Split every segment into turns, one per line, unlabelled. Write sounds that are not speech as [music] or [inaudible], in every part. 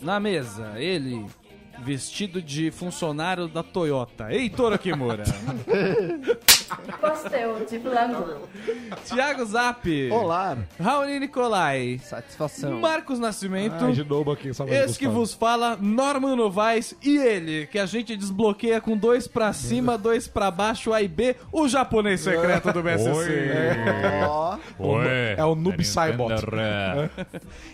Na mesa, ele vestido de funcionário da Toyota, Heitor
[laughs]
Akimura.
Pastel de flango.
Tiago Zap.
Olá,
Raoni Nicolai.
satisfação.
Marcos Nascimento.
Ah, de novo aqui, só mais
Esse que
Gustavo.
vos fala, Norman Novaes e ele, que a gente desbloqueia com dois pra cima, dois pra baixo, A e B, o japonês secreto do BSC.
Ó,
Oi.
É o Noob Saibot.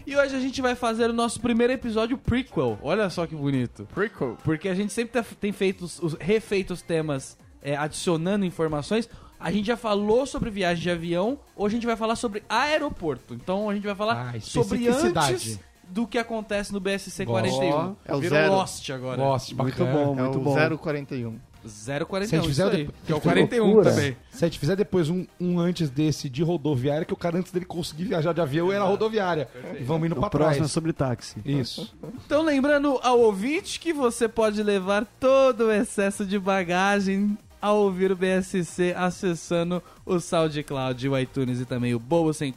E hoje a gente vai fazer o nosso primeiro episódio prequel. Olha só que bonito.
prequel.
Porque a gente sempre tá- tem feito os, os- refeito os temas é, adicionando informações. A gente já falou sobre viagem de avião, hoje a gente vai falar sobre aeroporto. Então a gente vai falar
Ah,
sobre
especificidade.
antes do que acontece no BSC 41.
Ó, é o
Virou
zero.
Lost agora.
Nossa,
Muito
bacana.
bom,
É
Muito
muito bom. 041.
041,
Se a gente fizer
isso
o
aí,
depo-
que é o
que
41
loucura.
também.
Se a gente fizer depois um, um antes desse de rodoviária, que o cara antes dele conseguir viajar de avião era rodoviária. E vamos indo
O
pra
próximo é
trás.
sobre táxi.
Isso.
Então lembrando ao ouvinte que você pode levar todo o excesso de bagagem ao ouvir o BSC acessando o SoundCloud, o iTunes e também o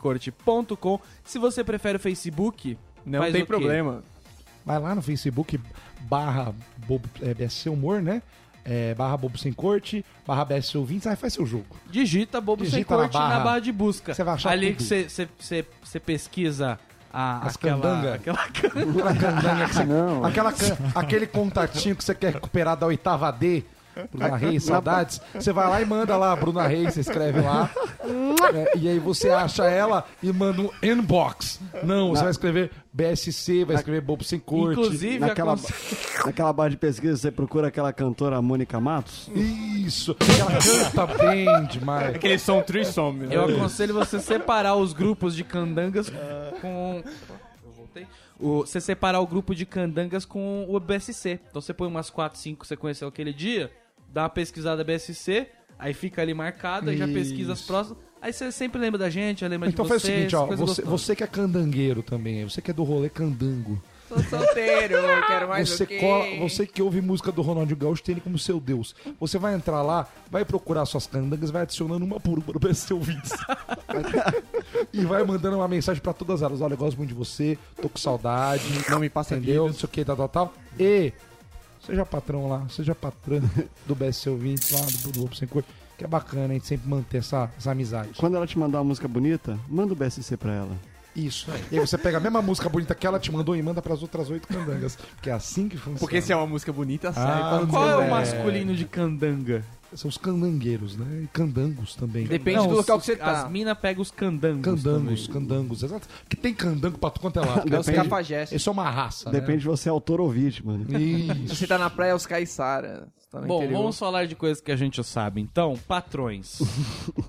bobosemcorte.com. Se você prefere o Facebook,
Não
faz
tem
o quê?
problema.
Vai lá no Facebook barra bobo, é, BSC Humor, né? É, barra Bobo Sem Corte, barra BSC Ouvintes, aí faz seu jogo.
Digita Bobo Sem
Digita na
Corte na barra.
barra.
de busca.
Você vai achar
Ali
tudo.
que você- você- você você pesquisa a,
As
aquela,
candanga.
aquela
Aquela candanha que você-
Não.
aquela can- aquele contatinho que você quer recuperar da oitava D, Bruna Reis, saudades. Você vai lá e manda lá, Bruna Reis, você escreve lá. É, e aí você acha ela e manda um inbox. Não, você vai escrever BSC, vai escrever Bobo Sem Corte.
Inclusive,
Naquela,
aconse-
[laughs] naquela barra de pesquisa, você procura aquela cantora Mônica Matos?
Isso, ela canta bem
É
demais.
Aquele som trissome, né?
Eu aconselho você separar os grupos de candangas com. Eu voltei. O, você separar o grupo de candangas com o BSC. Então você põe umas 4, 5 que você conheceu aquele dia, dá uma pesquisada BSC, aí fica ali marcado, aí já pesquisa as
Isso.
próximas. Aí você sempre lembra da gente, aí lembra
Então
de
faz
vocês.
o seguinte, ó,
coisa
você,
gostosa.
você que é candangueiro também, você que é do rolê candango,
Sou solteiro, quero mais
você,
o quê?
cola- você que ouve música do Ronaldinho Gaúcho tem ele como seu Deus. Você vai entrar lá, vai procurar suas candangas, vai adicionando uma por uma para seu ouvintes. e vai mandando uma mensagem pra todas elas. Olha, eu gosto muito de você, tô com saudade,
Não me passa
entendeu? Não sei o que, tal, tal, tal. E seja patrão lá, seja patrã do BSC Ouvintes lá, do Grupo Sem Cor, que é bacana a gente sempre manter essa, essa amizade.
Quando ela te mandar uma música bonita, manda o BSC pra ela.
Isso. E aí você pega a mesma música bonita que ela te mandou e manda pras outras oito candangas. Porque é assim que funciona.
Porque se é uma música bonita, sai.
Ah,
quando
Qual é
né?
É.
o masculino de candanga?
São os candangueiros, né? E candangos também.
Depende do
os-
local que você tá.
As mina pega os candangos.
Candangos,
também.
candangos, exato. Que tem candango pra tu quanto é lado.
Os
[laughs] Depende-
Capa-
cafajestes.
Isso é uma raça. né?
Depende se você é autor ou vítima. né?
Se
Isso.
você tá na praia, os caiçara. Se tá no
Bom,
interior.
vamos falar de coisas que a gente já sabe. Então, patrões.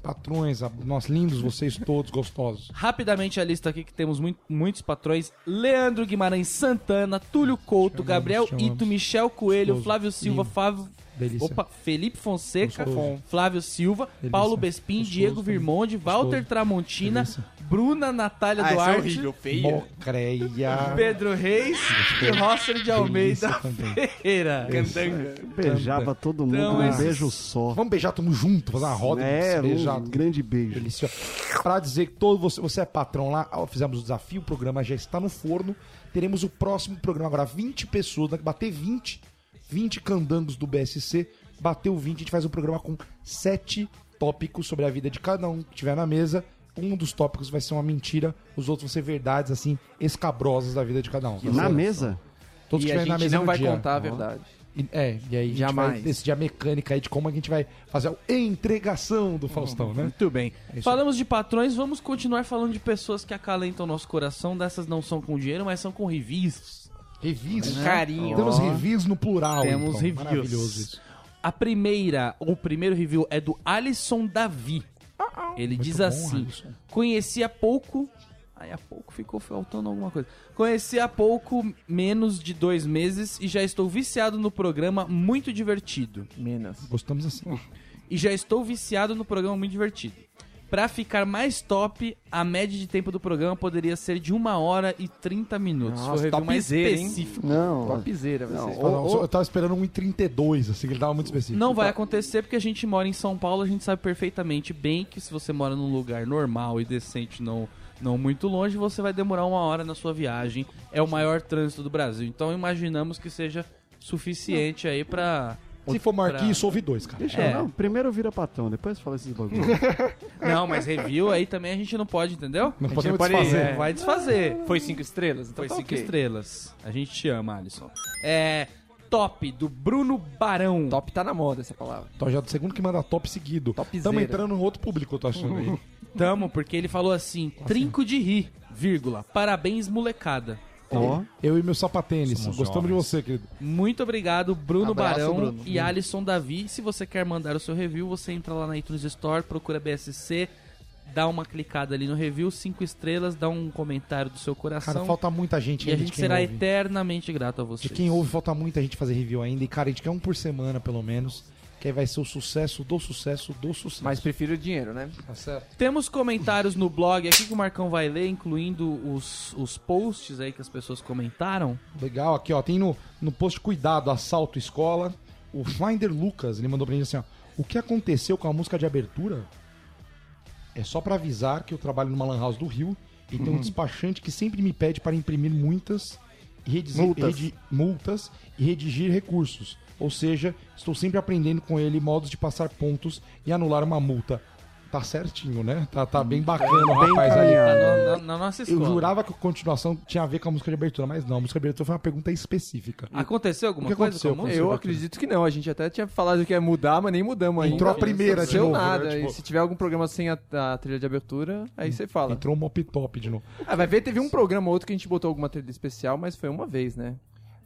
Patrões, a- nós lindos, vocês todos gostosos.
Rapidamente a lista aqui que temos mui- muitos patrões: Leandro Guimarães Santana, Túlio Couto,
Chamamos,
Gabriel
chamamos.
Ito, Michel Coelho,
Gostoso,
Flávio Silva,
lindo.
Fábio.
Delícia.
Opa, Felipe Fonseca,
Gostoso.
Flávio Silva,
Delícia.
Paulo Bespin,
Gostoso
Diego
também.
Virmonde, Walter
Gostoso.
Tramontina,
Delícia.
Bruna Natália
Ah, essa é
Duarte,
horrível, feia.
Mocreia.
Pedro Reis e Rosser de
Delícia
Almeida
também.
Ferreira.
Candanga.
Beijava todo mundo
Então,
num
esses-
beijo só.
Então, Vamos beijar todo mundo junto, fazer uma roda
é,
de beijar.
um grande beijo.
Delicioso. Pra dizer que todo você, você é patrão lá, ó, fizemos o desafio, o programa já está no forno. Teremos o próximo programa agora, 20 pessoas, né, que bater 20, 20 candangos do BSC, bateu 20, a gente faz um programa com 7 tópicos sobre a vida de cada um que tiver na mesa. Um dos tópicos vai ser uma mentira, os outros vão ser verdades, assim, escabrosas da vida de cada um. Tá
Na
certo?
mesa?
Todos
E
que
a
tiverem na
gente
mesa
não
no
vai
dia.
contar a verdade.
E- É, e aí a gente
Jamais.
vai decidir a mecânica aí de como a gente vai fazer a entregação do Faustão, né?
Muito bem.
isso aí.
Falamos de patrões, vamos continuar falando de pessoas que acalentam nosso coração. Dessas não são com dinheiro, mas são com reviews.
Reviews. né?
Um carinho.
Temos reviews no plural.
Temos reviews.
então. Maravilhoso isso.
A primeira, o primeiro review é do Alisson Davi. Ele diz
bom,
assim:
Alisson.
Conheci há pouco. Aí há pouco ficou faltando alguma coisa. Conheci há pouco, menos de dois meses, e já estou viciado no programa muito divertido.
Menos.
Gostamos assim.
E já estou viciado no programa muito divertido. Pra ficar mais top, a média de tempo do programa poderia ser de 1 hora e 30 minutos.
Nossa,
Foi o review mais
topzera, hein?
específico.
Não.
Topzera, vocês.
Ô, ô.
Eu tava esperando um em 32, assim, que ele tava muito específico.
Não vai acontecer porque a gente mora em São Paulo, a gente sabe perfeitamente bem que se você mora num lugar normal e decente, não não muito longe, você vai demorar uma hora na sua viagem. É o maior trânsito do Brasil. Então imaginamos que seja suficiente aí pra.
Se for maior que
pra-
isso, houve dois, cara.
Deixa
É.
eu. Não, primeiro vira patrão, depois fala esses
[laughs]
bagulho.
Não, mas review aí também a gente não pode, entendeu?
Não
gente
podemos
pode-
desfazer.
é.
Não vai desfazer.
Foi cinco estrelas? Então
Foi
tá
cinco
ok.
estrelas. A gente te ama, Alisson. É. Top do Bruno Barão.
Top tá na moda essa palavra.
Então já do segundo que manda top seguido.
Topzera.
Estamos entrando em outro público, eu tô achando aí.
Tamo, porque ele falou assim: trinco de rir, vírgula. Parabéns, molecada.
Ó,
Eu e meu sapatênis.
Somos
Gostamos de
jovens.
você, querido.
Muito obrigado, Bruno
Abraço,
Barão
Bruno.
e Alisson Davi. Se você quer mandar o seu review, você entra lá na iTunes Store, procura BSC, dá uma clicada ali no review, cinco estrelas, dá um comentário do seu coração.
Cara, falta muita gente
e a
ainda de
gente
quem
será
ouve.
eternamente grato a
De
vocês.
quem ouve, falta muita gente fazer review ainda. E, cara, a gente quer um por semana, pelo menos. Que aí vai ser o sucesso do sucesso do sucesso.
Mas prefiro o dinheiro, né?
tá certo.
Temos comentários no blog aqui que o Marcão vai ler, incluindo os, os posts aí que as pessoas comentaram.
Legal, aqui, ó. Tem no, no post Cuidado, Assalto Escola. O Finder Lucas, ele mandou pra gente assim, ó. O que aconteceu com a música de abertura? É só pra avisar que eu trabalho numa lan house do Rio e tem um despachante que sempre me pede para imprimir muitas e redigir,
Multas.
redi- multas e redigir recursos. Ou seja, estou sempre aprendendo com ele modos de passar pontos e anular uma multa. Tá certinho, né? Tá, tá bem bacana o
Bem
rapaz aí.
Tá
encaminhado.
na, na- na nossa
Eu
escola.
jurava que a continuação tinha a ver com a música de abertura, mas não. A música de abertura foi uma pergunta específica.
Ah, Aconteceu
O
alguma
que
coisa
aconteceu?
com a música?
Eu
Eu acredito que não. A gente até tinha falado que ia mudar, mas nem mudamos ainda.
Entrou a primeira
Não
de
aconteceu
novo.
nada.
né? Tipo,
E se tiver algum programa sem a, a trilha de abertura, aí você fala.
Entrou um mop top de novo.
Ah, vai ver, teve um programa ou outro que a gente botou alguma trilha especial, mas foi uma vez, né?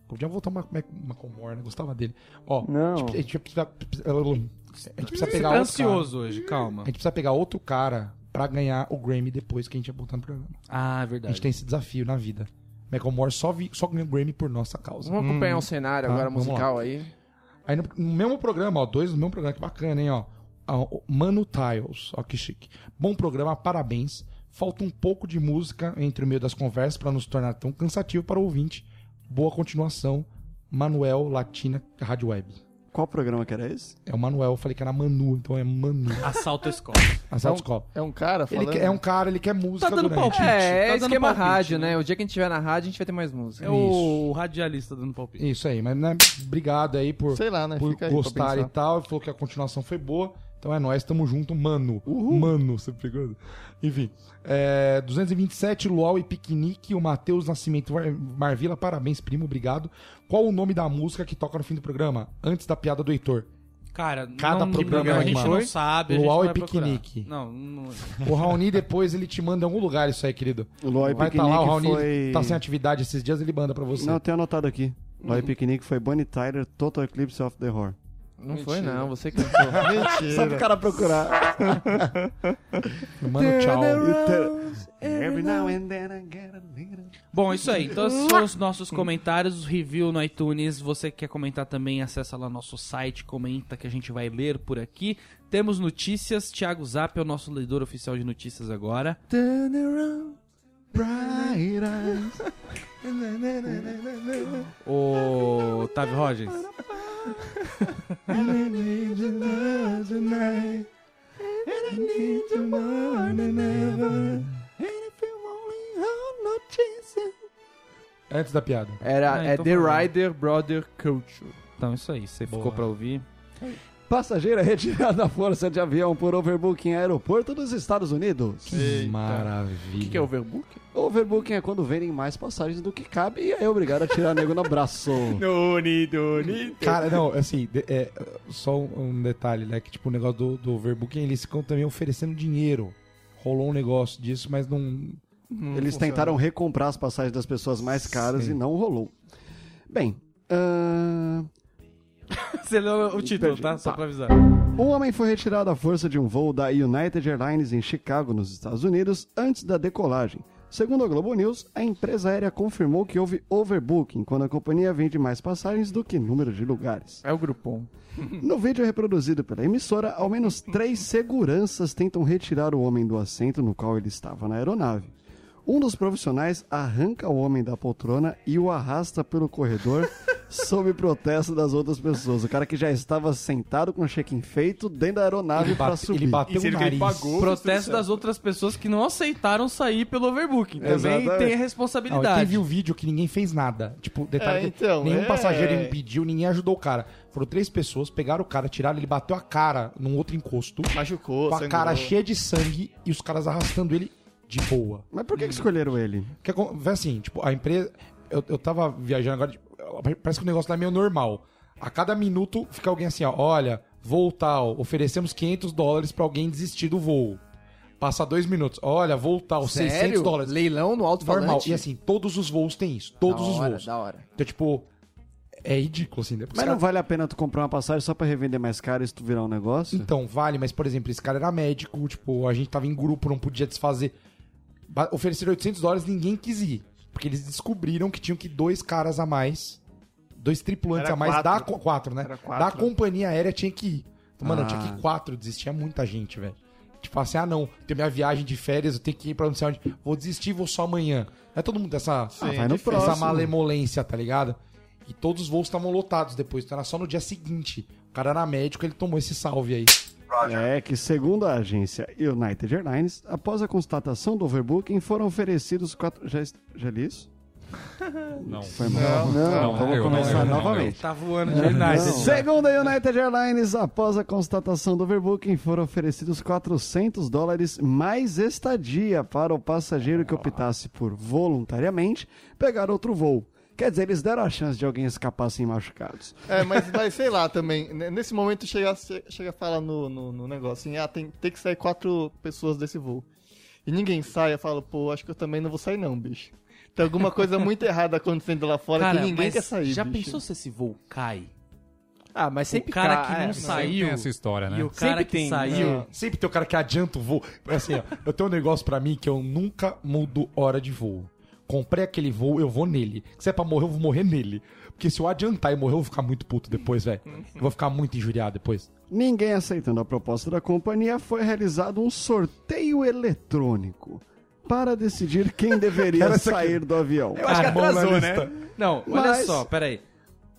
Podia voltar uma, uma, uma Comor, né? Gostava dele. Ó,
Não.
a gente- a gente precisa, a gente precisa
Você tá
pegar outro cara.
ansioso hoje, calma.
A gente precisa pegar outro cara pra ganhar o Grammy depois que a gente ia botar no programa.
Ah, é
A
verdade.
gente tem esse desafio na vida. Macklemore só, vi, só ganhou o Grammy por nossa causa.
Vamos acompanhar o cenário
Tá,
agora
vamos
musical aí.
Aí no, no mesmo programa, ó, dois no mesmo programa, que bacana, hein, ó. Ah, o Mano Tiles, ó que chique. Bom programa, parabéns. Falta um pouco de música entre o meio das conversas pra não se tornar tão cansativo para o ouvinte. Boa continuação, Manuel Latina Rádio Web.
Qual programa que era esse?
É o Manuel, eu falei que era Manu, então é Manu.
Assalto à escola.
Assalto Escola.
É um cara
Ele
falando.
quer- é um cara, ele quer
Tá
música
dando
durante.
palpite.
É,
tá
é
dando
esquema
palpite,
rádio, né? O dia que a gente estiver na rádio, a gente vai ter mais música.
É o radialista dando palpite.
Isso aí, mas né, obrigado aí por,
Sei lá, né?
por
Fica aí pra
gostar e
pensar.
tal. Falou que a continuação foi boa. Então é nóis, tamo junto, mano. Mano, você pegou? Enfim. É, 227, Luau e Piquenique, o Matheus Nascimento Mar- Marvila, parabéns, primo, obrigado. Qual o nome da música que toca no fim do programa? Antes da piada do Heitor.
Cara,
Cada
não,
programa
a
é
gente
uma.
não sabe. a gente
Luau
não
e
vai procurar.
é piquenique.
Não, não- é.
O Raoni depois ele te manda em algum lugar isso aí, querido.
O Loi
Vai estar
Piquenique
lá, o Raoni
foi...
tá sem atividade esses dias, ele manda pra você.
Não, tem anotado aqui. Loi Piquenique foi Bonnie Tyler, Total Eclipse of the Horror.
Não foi, não. Você que
[laughs]
cantou.
Ah, Só pro cara procurar.
Mano, um tchau.
Every now and then I get a little...
Bom, isso aí. Então, esses foram os
Hum.
nossos comentários, review no iTunes. Você quer comentar também, acessa lá nosso site, comenta que a gente vai ler por aqui. Temos notícias. Thiago Zap é o nosso leitor oficial de notícias agora.
bright eyes.
Ô, Otávio Rogers.
Antes da piada.
Era
Ah,
é
então
The
vai.
Rider Brother Culture.
Então, isso aí. Você
Boa.
ficou pra ouvir.
Passageira retirada à força de avião por overbooking em aeroporto dos Estados Unidos.
Maravilha.
O que, que é overbook?
Overbooking é quando vendem mais passagens do que cabe e é obrigado a tirar nego no [laughs] braço.
Doni, Doni.
Cara, não, assim, de- é, só um, um detalhe, né? Que tipo, o negócio do, do overbooking, eles ficam também oferecendo dinheiro. Rolou um negócio disso, mas não.
Eles tentaram recomprar as passagens das pessoas mais caras
Sim.
e não rolou. Bem, ah, ahn,
Você leu o título,
Entendi.
tá? Só pra avisar.
Um homem foi retirado à força de um voo da United Airlines em Chicago, nos Estados Unidos, antes da decolagem. Segundo a Globo News, a empresa aérea confirmou que houve overbooking quando a companhia vende mais passagens do que número de lugares.
É o Groupon.
um.
No vídeo é reproduzido pela emissora, ao menos três seguranças tentam retirar o homem do assento no qual ele estava na aeronave.
[laughs]
Um dos profissionais arranca o homem da poltrona e o arrasta pelo corredor sob protesto das outras pessoas. O cara que já estava sentado com o check-in feito dentro da aeronave para
Bate-
subir.
ele bateu o
Sendo que ele
nariz.
pagou.
Protesto
da
das outras pessoas que não aceitaram sair pelo overbooking. Também
Exatamente.
tem a
Não, e quem
responsabilidade.
viu o vídeo que ninguém fez nada. Tipo, detalhe
É,
que
então,
nenhum
é.
passageiro impediu, ninguém ajudou o cara. Foram três pessoas, pegaram o cara, tiraram, ele bateu a cara num outro encosto,
Machucou,
com a
sangrou.
cara cheia de sangue e os caras arrastando ele de boa.
Mas por que, que escolheram ele?
Porque acon- foi assim, tipo, a empresa. Eu, eu tava viajando agora, tipo, parece que o negócio lá é meio normal. A cada minuto fica alguém assim, ó, olha, voo tal, oferecemos 500 dólares pra alguém desistir do voo. Passa dois minutos, olha, voo tal, 600 dólares.
Leilão no alto-falante?
Normal. E assim, todos os voos têm isso. Todos
da
os
hora,
voos.
Da hora.
Então, tipo, é ridículo, assim. né? Porque
Mas
os
não
caras-
vale a pena tu comprar uma passagem só pra revender mais caro e se tu virar um negócio?
Então, vale, mas, por exemplo, esse cara era médico, tipo, a gente tava em grupo, não podia desfazer. Ba- Ofereceram 800 dólares, ninguém quis ir. Porque eles descobriram que tinham que dois caras a mais, dois tripulantes
Era
a mais, da
quatro.
co- quatro, né?
Era quatro.
Da companhia aérea tinha que ir. Então, mano,
Ah.
tinha que ir quatro desistir, é muita gente, velho. Tipo assim, ah não, tem minha viagem de férias, eu tenho que ir pra não sei onde. Vou desistir, vou só amanhã. Não é todo mundo dessa
ah, vai no
essa
próximo.
malemolência, tá ligado? E todos os voos estavam lotados depois, então era só no dia seguinte. O cara era médico, ele tomou esse salve aí.
É que, segundo a agência United Airlines, após a constatação do overbooking, foram oferecidos quatro. Já, es- já li isso?
Não.
Foi mal. Não,
não,
vamos
eu,
começar
não, eu, não,
novamente.
Tá voando de United.
é
Segundo a United Airlines, após a constatação do overbooking, foram oferecidos 400 dólares mais estadia para o passageiro que optasse por voluntariamente pegar outro voo. Quer dizer, eles deram a chance de alguém escapar sem machucados.
É, mas, mas sei lá também. né, Nesse momento chega, chega a falar no, no, no negócio assim: ah, tem, tem que sair quatro pessoas desse voo. E ninguém sai, eu falo, pô, acho que eu também não vou sair, não, bicho. Tem alguma
[laughs]
coisa muito errada acontecendo lá fora
Cara,
que ninguém
mas
quer sair.
já
bicho.
pensou se esse voo cai?
Ah, mas sempre
o cara
cai,
que
é,
não
Sempre
saiu
tem essa história, né?
e o cara
Sempre
que
tem,
saiu...
né?
Sempre tem o cara que adianta o voo. Assim, ó, eu tenho um negócio pra mim que eu nunca mudo hora de voo. Comprei aquele voo, eu vou nele. Se é pra morrer, eu vou morrer nele. Porque se eu adiantar e morrer, eu vou ficar muito puto depois, velho. Eu vou ficar muito injuriado depois.
Ninguém aceitando a proposta da companhia, foi realizado um sorteio eletrônico para
[laughs]
decidir quem deveria sair do avião.
acho que atrasou, né?
Não, olha
Mas-
só, peraí.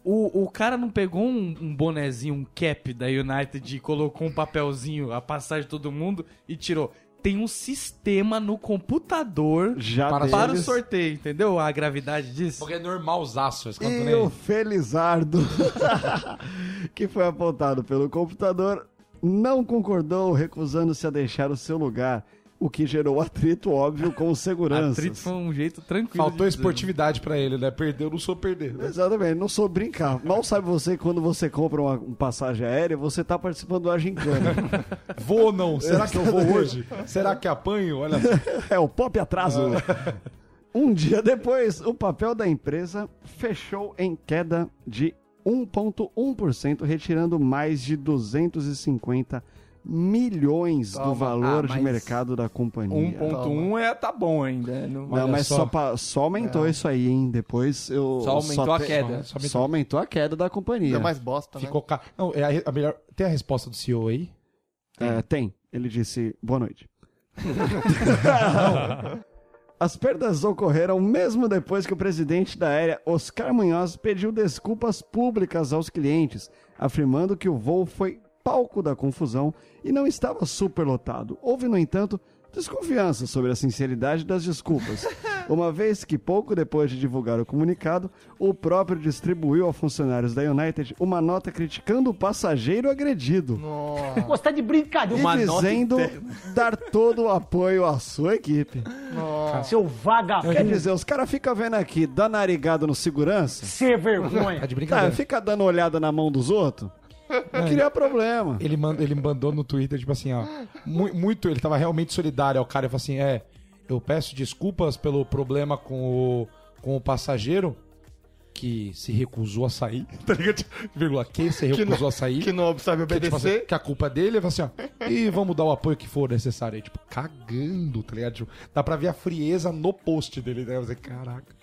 O, o cara não pegou um, um bonezinho, um cap da United e colocou um papelzinho, a passagem de todo mundo e tirou. Tem um sistema no computador
Ah, Já
Para-
deles,
para o sorteio, entendeu? A gravidade disso.
Porque é normalzaço esse canto,
E
né?
o Felizardo, [laughs] que foi apontado pelo computador, não concordou, recusando-se a deixar o seu lugar, o que gerou atrito óbvio com os seguranças.
Atrito foi um jeito tranquilo.
Faltou
de dizer.
esportividade pra ele, né? Perdeu, não sou perder. né?
Exatamente, não sou brincar. Mal sabe você que quando você compra uma, uma passagem aérea, você tá participando do Argincana.
Vou ou não? Será que eu vou hoje? Será que apanho? Olha só.
é o pop atraso. [laughs] um dia depois, o papel da empresa fechou em queda de 1,1%, retirando mais de 250 milhões do
Toma.
valor de
Ah, mas
mercado da companhia.
1.1
é tá bom
né?
ainda. Não...
Não,
Olha
mas
só.
só, pa- só aumentou isso aí, hein? Depois eu.
É. Só aumentou a
te-
queda.
Só me-
Só aumentou a queda da
Ainda
companhia.
mais bosta, né?
Ficou ca... Não, é a, a melhor. Tem a resposta do CEO aí?
É, tem. Ele disse boa noite. As perdas ocorreram mesmo depois que o presidente da aérea, Oscar Munhoz, pediu desculpas públicas aos clientes, afirmando que o voo foi palco da confusão e não estava superlotado. Houve, no entanto, desconfiança sobre a sinceridade das desculpas, uma vez que pouco depois de divulgar o comunicado, o próprio distribuiu a funcionários da United uma nota criticando o passageiro agredido
Nossa,
e dizendo dar todo o apoio à sua equipe.
nossa.
Quer dizer, os caras ficam vendo aqui, dando narigada no segurança,
Tá de
tá,
brincadeira.
fica dando olhada na mão dos outros,
É. Ah,
não cria problema.
Ele, manda, ele mandou no Twitter, tipo assim, ó. mu- muito, ele tava realmente solidário ao cara. Ele falou assim: é, eu peço desculpas pelo problema com o, com o passageiro que se recusou a sair. [laughs] Tá ligado? Vírgula, que se recusou a sair.
Que não sabe
Que, tipo, assim,
obedecer.
que a culpa é dele, ele fala assim, ó, e vamos dar o apoio que for necessário. Aí, tipo, cagando, tá ligado? Tipo, dá pra ver a frieza no post dele, né? Você, caraca.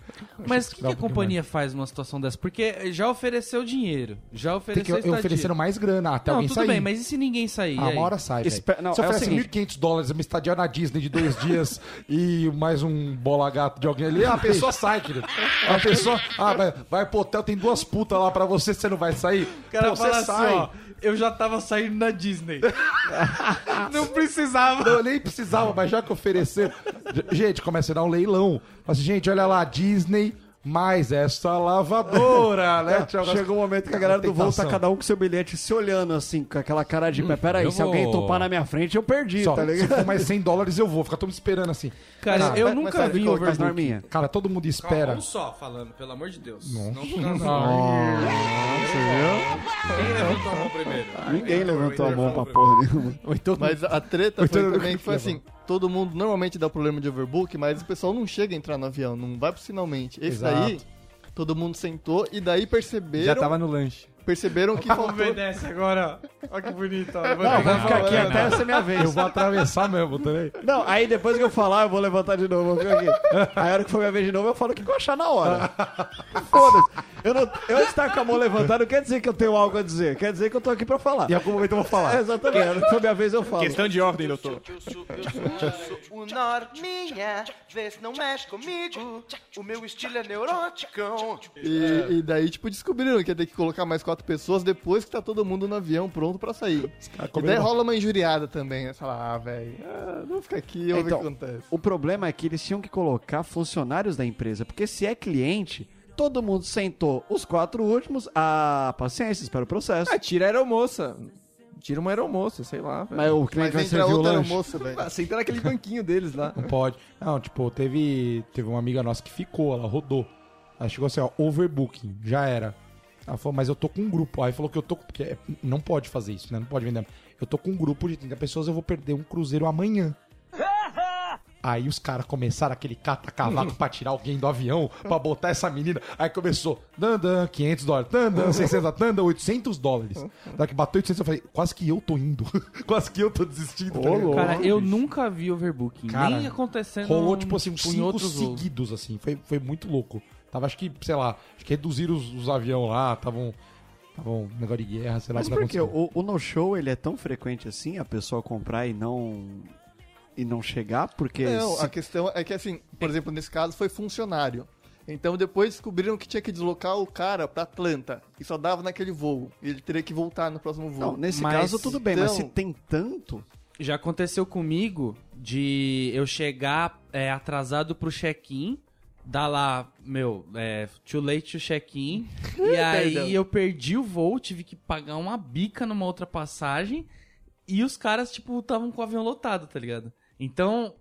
Mas o que,
dá
que
um
a
pouquinho
companhia faz numa situação dessa? Porque já ofereceu dinheiro, já
Tem que
ofereceu
eu
estadia.
oferecendo mais grana até
Não,
alguém
tudo
sair.
bem, mas e se ninguém sair?
Ah,
E aí?
uma hora sai,
Espe-
velho.
não,
Se eu
é o
oferece
seguinte.
1.500 dólares, uma estadia na Disney de dois dias e mais um bola gato de alguém ali,
[laughs]
a pessoa sai, querido. A pessoa... Ah, vai, vai pro hotel, tem duas putas lá pra você, você não vai sair?
O cara
Pô,
fala assim, ó, [laughs] eu já tava saindo na Disney. Não precisava.
Não, eu nem precisava, mas já que ofereceram. Gente, começa a dar um leilão. Fala assim, gente, olha lá, Disney mais essa lavadora, né?
[laughs]
Tchau,
Chegou o um momento que a galera do voo tá
Tentação.
cada um com seu bilhete se olhando assim, com aquela cara de pé. Peraí,
eu
se alguém
vou-
topar na minha frente, eu perdi,
Só,
tá
se
ligado?
for mais 100 dólares eu vou, fica todo mundo esperando assim.
Cara,
Mas-
eu
mas-
nunca
mas-
vi
mas-
overbooking.
Norminha.
Cara, todo mundo
Calma,
espera.
um só falando, pelo amor de Deus.
Nossa.
Não fica não. Quem levantou a mão primeiro?
Ninguém levantou a mão pra
Primeiro.
porra nenhuma.
Mas a treta
Então,
foi
eu
também
nunca
que foi
fui
assim, todo mundo normalmente dá problema de overbook, mas o pessoal não chega a entrar no avião, não vai pro finalmente. Esse
Exato. tá-
daí, todo mundo sentou e daí perceberam,
Já tava no lanche.
perceberam que faltou...
Obedece agora, ó. Olha que bonito, ó.
Não, vou ficar aqui até essa minha vez.
Eu vou atravessar mesmo tá também.
Não, aí depois que eu falar, eu vou levantar de novo. Eu fico aqui. Aí a hora que for minha vez de novo, eu falo o que que eu achar na hora. Foda-se. Eu, não- eu estar com a mão levantada não quer dizer que eu tenho algo a dizer. Quer dizer que eu tô aqui pra falar.
Em algum momento eu vou falar.
É, [laughs] exatamente. A hora que for minha vez, eu falo.
Questão de ordem, doutor.
Eu sou, eu sou, eu sou o Norminha, vê se não mexe comigo. O meu estilo é neuróticão.
É.
E, e daí, tipo, descobriram que ia ter que colocar mais quatro pessoas depois que tá todo mundo no avião pronto pra sair. E daí rola uma injuriada também, né? Fala, ah, velho, ah, não fica aqui, eu ver o
Então,
que acontece.
O problema é que eles tinham que colocar funcionários da empresa, porque se é cliente, todo mundo sentou os quatro últimos. Ah, paciência, espera o processo.
Ah, tira a aeromoça. Tira uma aeromoça, sei lá. velho.
Mas o cliente
Mas
vai
entra
servir o
outra
lanche.
moça, velho.
Ah, Senta naquele banquinho deles lá.
Não pode. Não, tipo, teve, teve uma amiga nossa que ficou, ela rodou. Ela chegou assim, ó, overbooking, já era. Ela falou, mas eu tô com um grupo. Aí falou que eu tô. Porque é- não pode fazer isso, né? Não pode vender. Eu tô com um grupo de 30 pessoas, eu vou perder um cruzeiro amanhã. Aí os caras começaram aquele cata-cavaco pra tirar alguém do avião, pra botar essa menina. Aí começou, dandan, 500 dólares, dandan, 600, dandan, 800 dólares. Na hora que bateu 800, eu falei, quase que eu tô indo. [laughs] quase que eu tô desistindo. tá ligado?
Cara, eu nunca vi overbooking.
Cara,
nem acontecendo
Rolou, tipo assim, uns
em
cinco
outros voos.
seguidos, assim. Foi, foi muito louco. Tava, acho que, sei lá, acho que reduziram os, os aviões lá, estavam. Estavam um negócio de guerra, sei lá.
Mas
o que
por que
aconteceu.
o, o no-show ele é tão frequente assim, a pessoa comprar e não e não chegar? Porque
Não,
se-
a questão é que assim, por exemplo, nesse caso foi funcionário. Então depois descobriram que tinha que deslocar o cara pra Atlanta. E só dava naquele voo. E ele teria que voltar no próximo voo.
não, nesse
Mas,
caso tudo bem, mas se
então-
tem tanto,
Já aconteceu comigo de eu chegar é, atrasado pro check-in, dar lá, meu, é, too late
[laughs]
to check-in, e aí eu perdi o voo, tive que pagar uma bica numa outra passagem, e os caras, tipo, estavam com o avião lotado, tá ligado? Então,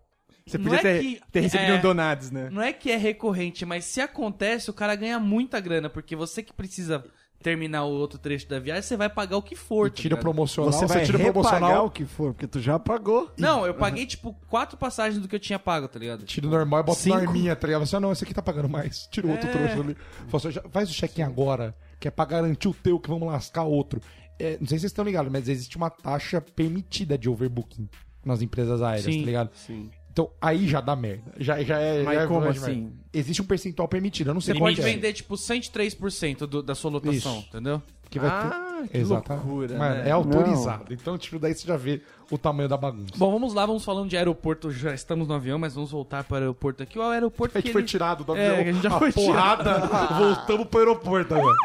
Você
Não
podia
é
ter,
que-
ter recebido
é.
um Donados, né?
não é que é recorrente, mas se acontece, o cara ganha muita grana, porque você que precisa terminar o outro trecho da viagem, você vai pagar o que for,
E
tá
tira
ligado?
promocional,
né? você
você,
vai
tira
repagar
promocional,
o que for, porque tu já pagou.
Não, eu
Uhum.
paguei, tipo, quatro passagens do que eu tinha pago, tá ligado?
tira o normal e bota
Cinco.
na arminha, tá ligado? Você, ah, não, esse aqui tá pagando mais. [laughs] Tira o outro trouxa ali. Fala assim, já- faz o check-in agora, que é pra garantir o teu, que vamos lascar outro. É, não sei se vocês estão ligados, mas existe uma taxa permitida de overbooking nas empresas aéreas,
Sim.
tá ligado?
Sim.
Então, aí já dá merda. Já, já é.
Mas
já é
como
problema demais.
assim?
Existe um percentual permitido. Eu não sei
Você
qual
pode
que é.
vender, tipo, 103% do, da sua lotação,
Isso.
entendeu?
Que vai ter-
Ah, que
Exatamente.
loucura,
Mano,
né?
É autorizado. Então, tipo, daí você já vê o tamanho da bagunça.
Bom, vamos lá, vamos falando de aeroporto. Já estamos no avião, mas vamos voltar para o aeroporto aqui. O aeroporto
a
que
gente foi
ele-
tirado do
É,
avião. Ah,
a gente já
a
foi
porrada,
[laughs]
voltamos pro aeroporto agora.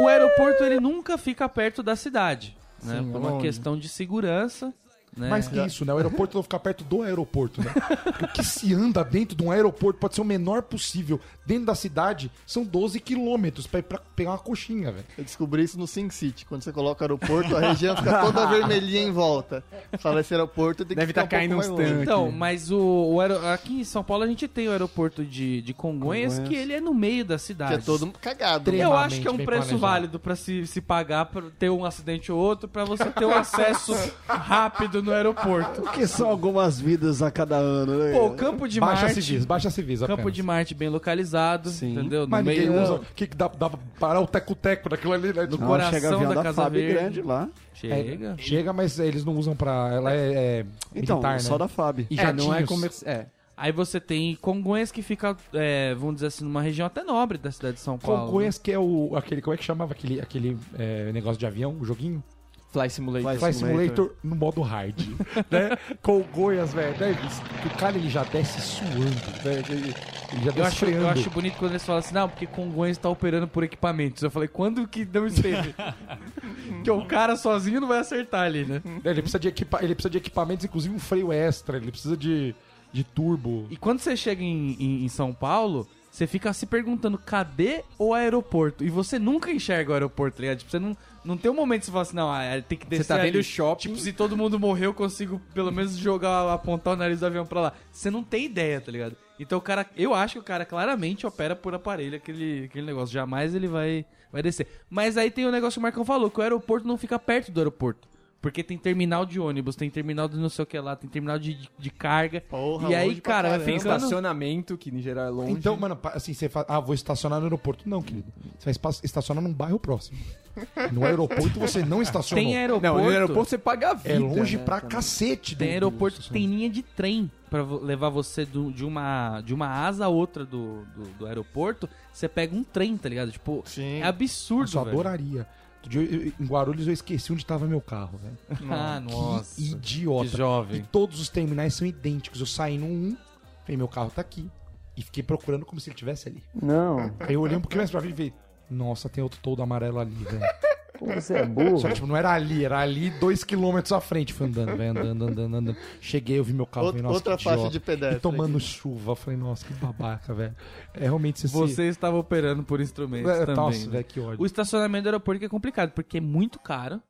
o, o aeroporto ele nunca fica perto da cidade, né?
Sim,
Por uma
longe.
questão de segurança, né?
Mas que isso, né? O aeroporto não ficar perto do aeroporto, né? O que se anda dentro de um aeroporto pode ser o menor possível. Dentro da cidade, são 12 quilômetros pra ir pra pegar uma coxinha, velho.
Eu descobri isso no Sin City. Quando você coloca o aeroporto, a região fica toda vermelhinha em volta. Fala esse aeroporto, tem que
Deve
ficar
tá caindo
um pouco
uns
mais longe.
tanques.
Então, mas o, o aero- aqui em São Paulo a gente tem o aeroporto de, de Congonhas, que ele é no meio da
Que
cidade.
é todo cagado. né?
Três.
Eu acho que é um
bem
preço
planejado.
válido pra se, se pagar pra ter um acidente ou outro, pra você ter um acesso [laughs] rápido no aeroporto.
Porque são algumas vidas a cada ano, né?
Pô, o Campo de
Baixa
Marte,
civis, baixa civis.
Campo de Marte bem localizado,
Sim.
entendeu? No
Mas ninguém
meio
usa. O que, que dá, dá pra parar o teco-teco daquilo ali, né? Tipo,
no
Não,
coração
chega avião
da,
da,
Casa
FAB
Verde.
grande lá.
Chega.
Chega, mas eles não usam pra. Ela é. é
Então,
militar,
só
né?
da FAB.
E
É, não é
jatinhos.
comercial. É.
Aí você tem Congonhas que fica, é, vamos dizer assim, numa região até nobre da cidade de São Paulo. né?
Congonhas, que é o. Aquele, como é que chamava aquele, aquele é, negócio de avião, o joguinho?
Fly Simulator.
Fly
Fly
Simulator.
Simulator no modo hard. né? Congonhas, velho. né? O cara ele já desce suando, velho. Ele, ele já
Eu
desce
acho, eu
freando.
acho bonito quando eles falam assim, não, porque Congonhas tá operando por equipamentos. Eu falei, quando que não [laughs] esteve? que o cara sozinho não vai acertar ali, né?
Ele, precisa de equipa- ele precisa de equipamentos, inclusive um freio extra. Ele precisa de, de turbo.
E quando você chega em, em- em São Paulo, você fica se perguntando cadê o aeroporto? E você nunca enxerga o aeroporto, tá ligado? Tipo, você não, não tem um momento que você fala assim, não, ah, tem que descer
Você tá vendo
ali.
o shopping.
Tipo, se todo mundo morrer, eu consigo pelo menos jogar, apontar o nariz do avião pra lá. Você não tem ideia, tá ligado? Então o cara, eu acho que o cara claramente opera por aparelho aquele, aquele negócio. Jamais ele vai, vai descer. Mas aí tem o negócio que o Marcão falou, que o aeroporto não fica perto do aeroporto. Porque tem terminal de ônibus, tem terminal de não sei o que lá, tem terminal de, de, de carga.
Porra,
e aí,
longe pra
cara, assim, vai
caramba.
Tem
ficando...
estacionamento, que em geral é longe.
Então, mano, pa- assim, você fala, ah, vou estacionar no aeroporto. Não, querido. Você vai espa- estacionar num bairro próximo. No aeroporto
[laughs]
você não estacionou.
Tem aeroporto.
não, no Então, aeroporto você paga a vida.
É longe
né,
pra
também.
cacete. do-
Tem aeroporto
do-
que tem linha de trem pra vo- levar você do- de, uma, de uma asa a outra do, do, do aeroporto. Você pega um trem, tá ligado? Tipo,
Sim.
é absurdo,
Nossa, eu
velho.
adoraria. Outro dia eu- eu- em Guarulhos eu esqueci onde tava meu carro, velho.
Ah, nossa.
Que idiota.
Que jovem.
E todos os terminais são idênticos. Eu saí num um, falei, meu carro tá aqui. E fiquei procurando como se ele estivesse ali.
Não,
Aí eu olhei um pouquinho mais pra frente e falei, nossa, tem outro todo amarelo ali, velho.
como você é burro.
Só que, tipo, não era ali, era ali dois quilômetros à frente. Fui andando, velho, andando, andando, andando. Cheguei, eu vi meu carro,
Outra-
falei, nossa,
outra
que
faixa
idiota.
de pedestre
E tomando chuva, eu falei, nossa, que babaca, velho. É realmente você... se-
Você estava operando por instrumentos
É,
também.
nossa,
né?
velho, que ódio.
O estacionamento do aeroporto que é complicado, porque é muito caro.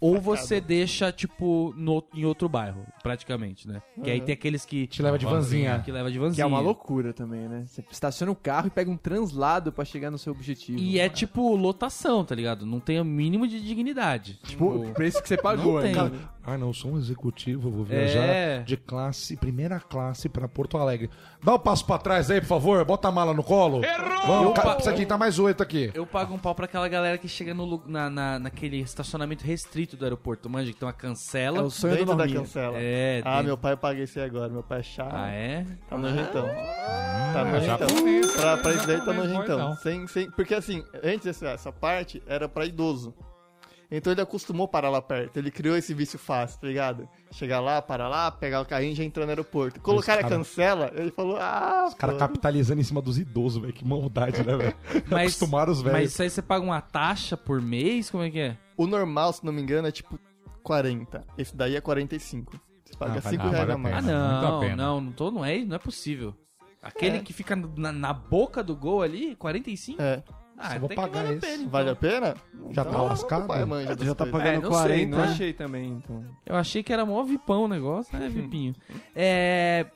Ou você deixa, tipo, no- em outro bairro, praticamente, né? Que aí tem aqueles que.
Uhum. Te leva de vanzinha.
Que leva de vanzinha.
Que é uma loucura também, né? Você estaciona o carro e pega um translado pra chegar no seu objetivo.
E é tipo lotação, tá ligado? Não tem o mínimo de dignidade.
tipo o preço que você pagou,
não tem.
né?
Ah, não, eu sou um executivo, eu vou
É.
viajar de classe, primeira classe pra Porto Alegre. Dá um passo pra trás aí, por favor, bota a mala no colo. Errou! Vamos, cara, precisa adiantar mais oito aqui.
Eu pago um pau pra aquela galera que chega no, lu- na, na- naquele estacionamento restrito do aeroporto, manja, que tem uma
É o
cancela.
sonho do
Dentro da
Norminha.
cancela.
É,
Ah,
tem-
meu pai eu paguei esse aí agora. Meu pai é chato.
Ah, é? Ah,
Tá nojentão. Tá nojentão.
japonês,
Pra, pra isso daí tá
japonês,
nojentão.
não.
Sem, sem, porque assim, antes essa, essa parte era pra idoso. Então ele acostumou parar lá perto. Ele criou esse vício fácil, tá ligado? Chegar lá, parar lá, pegar o carrinho e já entrar no aeroporto. Colocar a
cara-
cancela, ele falou, ah,
Os caras
pô.
capitalizando em cima dos idosos, velho. Que maldade, né, velho?
Mas-
Acostumaram os
Mas
velhos.
isso aí você paga uma taxa por mês? Como é que é?
o normal, se não me engano, é tipo 40. Esse daí é 45. Você paga
Ah, vale-
5
ah,
reais
vale
É, a
Ah,
a pena.
mais.
muito a
não,
pena.
não, não, tô, não é, não é possível. Aquele que fica na, na boca do gol ali, 45?
É.
Ah,
Só
até
vou
que
pagar
vale a
esse.
pena. então.
Vale a pena?
Já tá
Meu pai
lascado?
manja das
Já tá
coisas.
É,
pagando né?
não sei,
40.
não achei também, então.
Eu achei que era mó vipão o negócio,
Hum.
né, vipinho? É...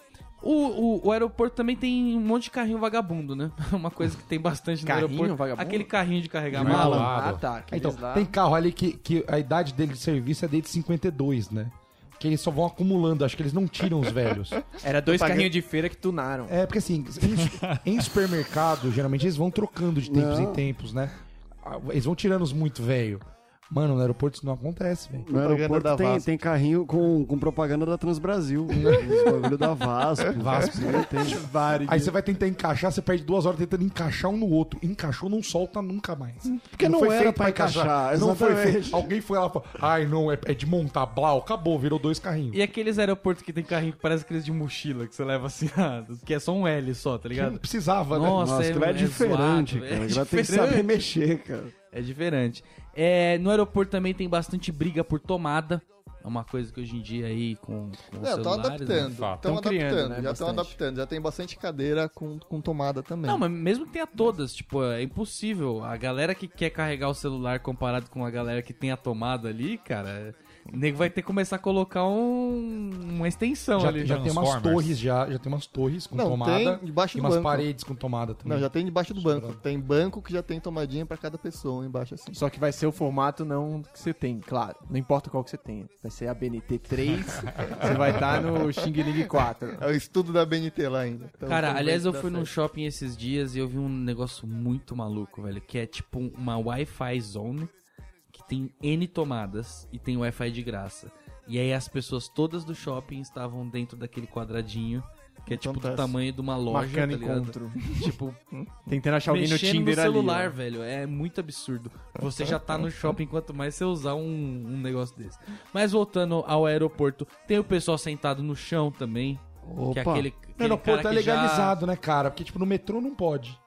O, o, o aeroporto também tem um monte de carrinho vagabundo, né? [laughs] Uma coisa que tem bastante
Carrinho
no aeroporto.
vagabundo?
Aquele carrinho de carregar
Vai
mala.
lá.
Ah,
Lado.
tá. aqueles
Então,
lá.
tem carro ali que, que a idade dele de serviço é desde 52, né? Que eles só vão acumulando, acho que eles não tiram os velhos.
Era dois
paguei-
carrinhos de feira que tunaram.
É, porque assim, em, su- [laughs] em supermercado, geralmente eles vão trocando de tempos em tempos, né? Ah, Eles vão tirando os muito velho. Mano, no aeroporto isso não acontece, velho.
No
da
aeroporto tem,
Vasco.
tem carrinho com, com propaganda da Transbrasil. né? [laughs] Os bagulho da [laughs] Vasco.
Vasco.
né? Tem vários.
Aí você vai tentar encaixar, você perde duas horas tentando encaixar um no outro. Encaixou, não solta nunca mais. Porque
não era pra encaixar,
Não foi
exatamente.
feito. Alguém foi lá e falou, ai não, é, é de montar, blau, acabou, virou dois carrinhos.
E aqueles aeroportos que tem carrinho que parece aqueles de mochila que você leva assim, [laughs] ah, que é só um L só, tá
Que não
ligado?
[laughs]
precisava, né?
Nossa,
Nossa,
é,
aquilo é,
é
diferente,
zoado,
cara.
é
Agora tem que
diferente.
saber mexer, cara.
É diferente. É, no aeroporto também tem bastante briga por tomada. É uma coisa que hoje em dia aí com, com os
É, estão
celulares, né?
adaptando.
Fato.
Estão
Tão criando,
adaptando,
né,
já estão
bastante.
adaptando. Já tem bastante cadeira com, com tomada também.
Não, mas mesmo que tenha todas, tipo, é impossível. A galera que quer carregar o celular comparado com a galera que tem a tomada ali, cara, é- o nego vai ter que começar a colocar um- uma extensão
Já,
ali.
já tem umas
Transformers.
torres já, já tem umas torres com
Não,
tomada
tem
e
debaixo do
umas
banco.
paredes com tomada também.
Não, já tem debaixo do banco. Tem banco que já tem tomadinha pra cada pessoa embaixo assim.
Só que vai ser o formato não que você tem, claro. Não importa qual que você tenha. Vai ser a BNT [laughs] 3, você vai estar no Xing Ling 4.
É o estudo da BNT lá ainda. Então,
Cara,
vamos ver
aliás,
se
eu
dá
fui num
certo.
shopping esses dias e eu vi um negócio muito maluco, velho, que é tipo uma Wi-Fi zone que tem N tomadas e tem Wi-Fi de graça. E aí as pessoas todas do shopping estavam dentro daquele quadradinho Que é tipo do
Acontece.
tamanho de uma loja,
Marcando
tá ligado?
encontro. Hum?
Tipo,
Tentando achar alguém no
mexendo
Tinder
no
ali,
celular,
ó.
velho. É muito absurdo. Você já tá no shopping, quanto mais você usar um, um negócio desse. Mas voltando ao aeroporto, tem o pessoal sentado no chão também. Que é
Opa.
aquele, aquele
O aeroporto
cara
é
que já-
legalizado, né, cara? Porque, tipo, no metrô não pode.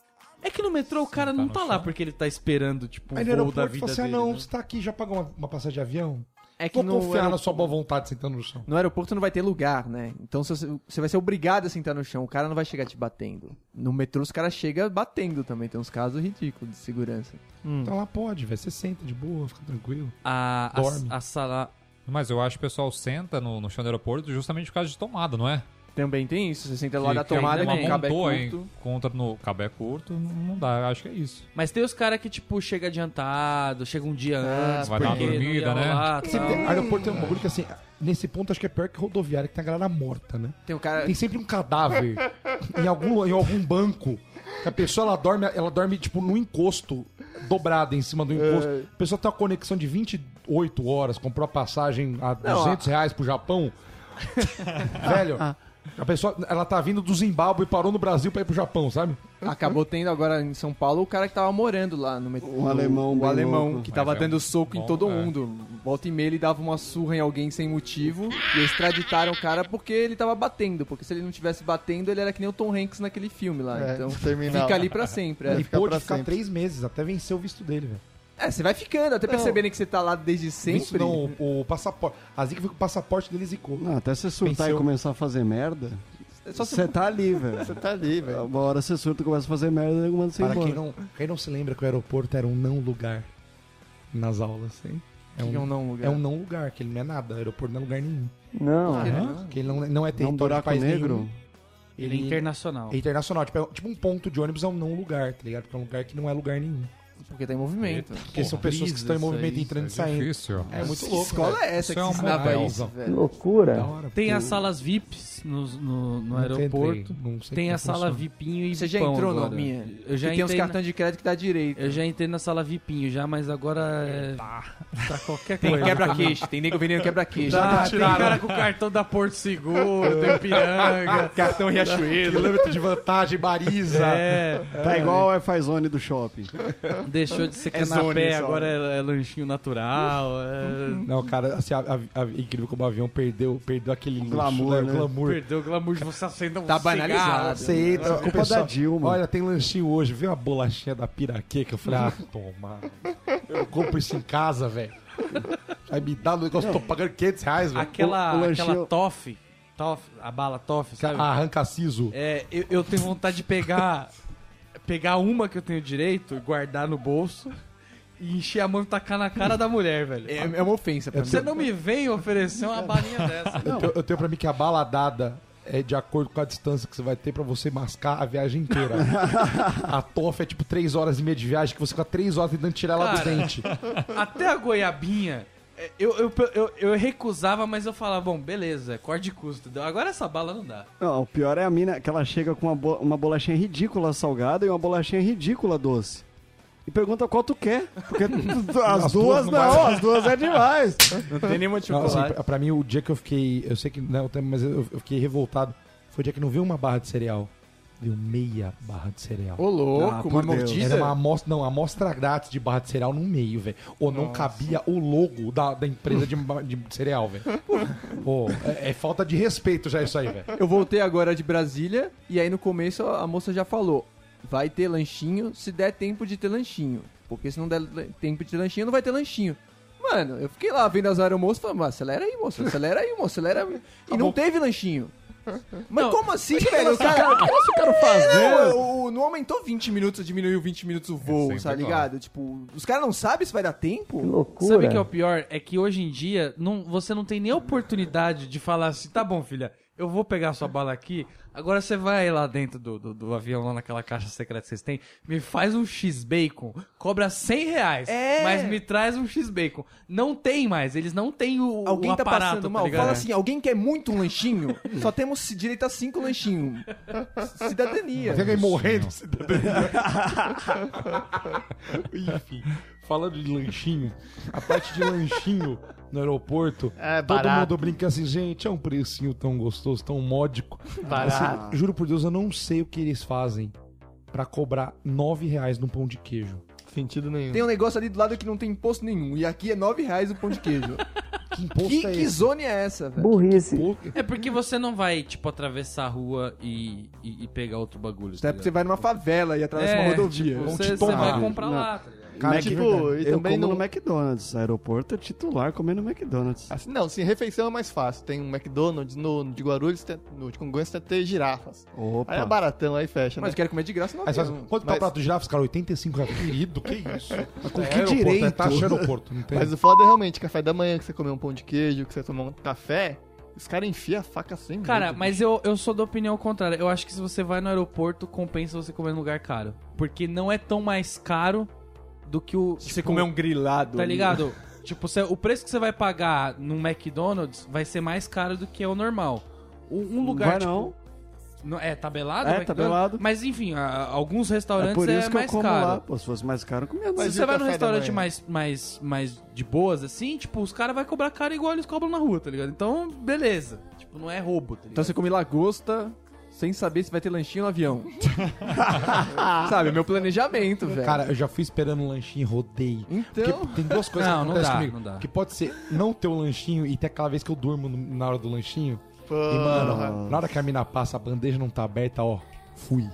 É que no metrô o cara não
no
tá lá
chão.
porque ele tá esperando, tipo,
Aí
o
no
voo
aeroporto
da
fala
vida
assim, ah,
dele.
não,
né?
você tá aqui, já pagou uma, uma passagem de avião?
É que
Vou
no
confiar na
aeroporto,
sua boa vontade sentando no chão.
no aeroporto não vai ter lugar, né? Então se você, você vai ser obrigado a sentar no chão. O cara não vai chegar te batendo. No metrô os caras chegam batendo também. Tem uns casos ridículos de segurança.
Hum.
Então lá pode, velho. Você senta de boa, fica tranquilo.
A,
Dorme.
a, a sala.
Mas eu acho que o pessoal senta no, no chão do aeroporto justamente por causa de tomada, não é?
Também tem isso. Você senta lá da
Que- que
tomada
uma
com o cabo é
montoa, hein,
curto.
Contra no cabo é curto, não não dá. Eu acho que é isso.
Mas tem os caras que, tipo, chega adiantado, chega um dia
Ah,
antes,
vai dar uma
porque não ia
dormida, né?
rolar,
Sempre
tal.
tem- aeroporto tem um bagulho que, assim, nesse ponto acho que é pior que rodoviária, que tem a galera morta, né?
Tem o cara...
Tem sempre um cadáver em, algum, em algum banco. Que a pessoa, ela dorme, ela dorme, tipo, no encosto, dobrada em cima do encosto. A pessoa tem uma conexão de 28 horas, comprou a passagem a
Não,
200 reais pro [laughs] Japão. Velho, a pessoa, ela tá vindo do Zimbábue e parou no Brasil pra ir pro Japão, sabe?
Acabou tendo agora em São Paulo o cara que tava morando lá no metrô.
Um alemão
O
bem
alemão
louco.
que tava
Mas é
dando
um
soco em
bom,
todo
é.
mundo. Volta e meia ele dava uma surra em alguém sem motivo e extraditaram o cara porque ele tava batendo. Porque se ele não tivesse batendo, ele era que nem o Tom Hanks naquele filme lá.
É,
então
terminal.
fica ali pra sempre.
Ele
É.
Vai ficar
pôde
pra
ficar
sempre.
três meses, até vencer o visto dele, velho.
É, você vai ficando, até perceberem que você tá lá desde
Visto
sempre.
não, é um- o, o passaporte. A Zica foi com o passaporte dele e zicou.
Não, até você surtar
Venceu.
e começar a fazer merda,
É só se-
você tá ali, velho.
Você tá ali, velho.
Uma hora você surta, começa a fazer merda e manda você
Para
embora.
quem não, quem não se lembra que o aeroporto era um não lugar nas aulas, hein? É
Que é
um,
um não lugar.
é um não lugar, que ele não é nada. Aeroporto não é lugar nenhum.
não.
Que ele não, não é
Dá um
território de
buraco
país
negro.
nenhum.
Ele é internacional.
é internacional. Tipo, é tipo um ponto de ônibus é um não lugar, tá ligado? Porque é um lugar que não é lugar nenhum.
Porque tá em movimento.
Porque são pessoas que estão em movimento entrando e saindo.
Difícil.
É muito
Que
louco.
escola é essa
Isso
que
é um
ensinava
motel.
isso, velho?
velho. Da
Loucura.
hora,
Tem
pô.
as salas VIPs nos- no, no,
Nunca
aeroporto.
entrei, não sei
Tem
como
a sala
funciona.
VIPinho e
Você já
VIPão
entrou,
agora.
Norminha?
Eu já
que tem uns
entrei na-
cartões de crédito que dá direito.
Eu já entrei na sala VIPinho já, mas agora é. Pra qualquer
Tem
coisa.
quebra-queixo, tem nego vendendo quebra-queixo.
Ah, tem cara com cartão da Porto Seguro, tem piranga.
[laughs]
Cartão Riachuelo.
Quilômetro de vantagem, Bariza.
É,
Tá igual o Wi-Fi Zone do shopping.
deixou de ser
É zone,
canapé,
é zone.
agora é, é lanchinho natural. é-
Não, cara, assim, a, a- a- incrível como o avião perdeu, perdeu aquele luxo,
glamour,
né?
né?
O glamour.
Perdeu o glamour de você acender um
Tá
cigarro.
banalizado.
Você entra,
É, culpa
o pessoal,
da Dilma.
Olha, tem lanchinho hoje, viu a bolachinha da piraqueca? Eu falei,
[laughs]
ah, toma. Eu compro isso em casa, velho. Aí me dá no negócio, tô pagando 500 reais, velho.
Aquela,
O- o
aquela
lanchinho-
toff, toff, a bala toff, sabe?
Arranca siso.
É, eu, eu tenho vontade de pegar pegar uma que eu tenho direito e guardar no bolso e encher a mão e tacar na cara da mulher, velho.
É, é uma ofensa pra mim.
Você não me vem oferecer uma balinha dessa.
Eu, eu tenho pra mim que a baladada é de acordo com a distância que você vai ter pra você mascar a viagem
[laughs]
inteira. a tofa é tipo 3 horas e meia de viagem, que você fica 3 horas tentando tirar ela do
Cara.
dente.
Até a goiabinha, é, eu, eu, eu, eu recusava, mas eu falava, bom, beleza, é corte de custo. entendeu? Agora essa bala não dá.
Não, o pior é a mina que ela chega com uma, bo- uma bolachinha ridícula salgada e uma bolachinha ridícula doce. E pergunta qual tu quer. Porque as, duas,
duas não
não, as duas é demais.
Não tem nenhuma
tipo
Não, assim,
chocolate.
pra, pra mim, o dia que eu fiquei. Eu sei que não é o tema, mas eu, eu fiquei revoltado. Foi o dia que não viu uma barra de cereal. Viu meia barra de cereal.
Ô, louco,
Ah, por
uma
Deus.
mordida.
Era uma amostra, não, amostra grátis de barra de cereal no meio, velho. Ou não cabia o logo da, da empresa de, ba- de cereal, velho. Pô, é, é falta de respeito já isso aí, velho.
Eu voltei agora de Brasília e aí no começo a moça já falou: vai ter lanchinho se der tempo de ter lanchinho. Porque se não der la- tempo de ter lanchinho, não vai ter lanchinho. Mano, eu fiquei lá vendo as aeromoças e falei, "Mas acelera aí, moço, acelera aí, moço, acelera aí.
Tá
E não teve lanchinho. Mas como assim, velho? O cara, o que eu quero fazer? Não, o- não aumentou 20 minutos, diminuiu 20 minutos o voo, tá ligado? Tipo, os caras não sabem se vai dar
Que
tempo?
loucura.
Sabe o que é o pior? É que hoje em dia não, você não tem nem oportunidade de falar assim, tá bom, filha, eu vou pegar sua bala aqui, agora você vai lá dentro do, do, do avião, lá naquela caixa secreta que vocês têm, me faz um X-Bacon, cobra 100 reais,
É.
mas me traz um X-Bacon. Não tem mais, eles não têm o,
Alguém
o
tá
aparato,
passando
tá
mal.
ligado?
Fala assim, alguém quer muito um lanchinho? [laughs] Só temos direito a cinco lanchinhos. [laughs] Cidadania.
Fica aí morrendo. tá [laughs] Enfim, falando de lanchinho, a parte de lanchinho no aeroporto,
É
todo
barato.
mundo brinca assim, gente, é um precinho tão gostoso, tão módico.
Barato.
sei- juro por Deus, eu não sei o que eles fazem pra cobrar 9 reais num pão de queijo.
Sentido nenhum.
Tem um negócio ali do lado que não tem imposto nenhum. E aqui é 9 reais o pão de
[laughs]
queijo.
Que imposto
que,
é
que
esse?
zona é essa, velho?
Burrice.
Pô,
É porque você não vai, tipo, atravessar a rua e, e, e pegar outro bagulho. tá
Até porque você
ligado?
vai numa né? favela e atravessa uma
É,
rodovia. um
tipo,
vão te
você, você
tomar.
vai comprar
Não.
lá, tá ligado?
Cara,
Mas,
que
tipo,
verdade.
e
Eu
também
como
não...
no McDonald's. Aeroporto é titular comendo McDonald's.
Assim, não, sim, refeição é mais fácil. Tem um McDonald's no, no de Guarulhos, tem- no de Congonhas tem até girafas.
Opa.
Aí é baratão, aí fecha,
Mas
né?
quero comer de graça, não.
Aí você fala assim,
não.
quanto tá o prato de girafa? Os caras, 85 reais. Querido, que isso? É, Com
que direito?
É taxa aeroporto, não tem.
Mas o foda é realmente café da manhã, que você comer um pão de queijo, que você tomar um café, os caras enfiam a faca sem né?
Cara,
medo.
mas eu, eu sou da opinião contrária. Eu acho que se você vai no aeroporto, compensa você comer num lugar caro. Porque não é tão mais caro do que o.
Você
tipo,
comer um grilado.
Tá
ali. [laughs]
ligado? tipo, cê- o preço que você vai pagar num McDonald's vai ser mais caro do que é o normal. Um, um lugar.
vai
tipo,
não.
não- É tabelado?
É,
o McDonald's?
tabelado.
Mas enfim, a- alguns
É
restaurantes
por
é,
isso que eu
mais
como
caro.
lá. Pô, se fosse mais caro, eu comia mais.
Mas
se
e
você
o
vai num
café da
restaurante
manhã?
mais, mais, mais de boas, assim, tipo, os caras vão cobrar caro igual eles cobram na rua, tá ligado? Então, beleza. Tipo, não é roubo, tá ligado?
Então você come lagosta sem saber se vai ter lanchinho
[laughs]
no avião. Sabe, meu planejamento, velho.
Cara, eu já fui esperando um lanchinho e rodei.
então.
Porque tem duas coisas
Não,
que
não
acontecem
dá,
comigo.
não dá.
Que pode ser não ter o lanchinho e ter aquela vez que eu durmo no- na hora do lanchinho. E, mano, na hora que a mina passa, a bandeja não tá aberta, ó. Fui.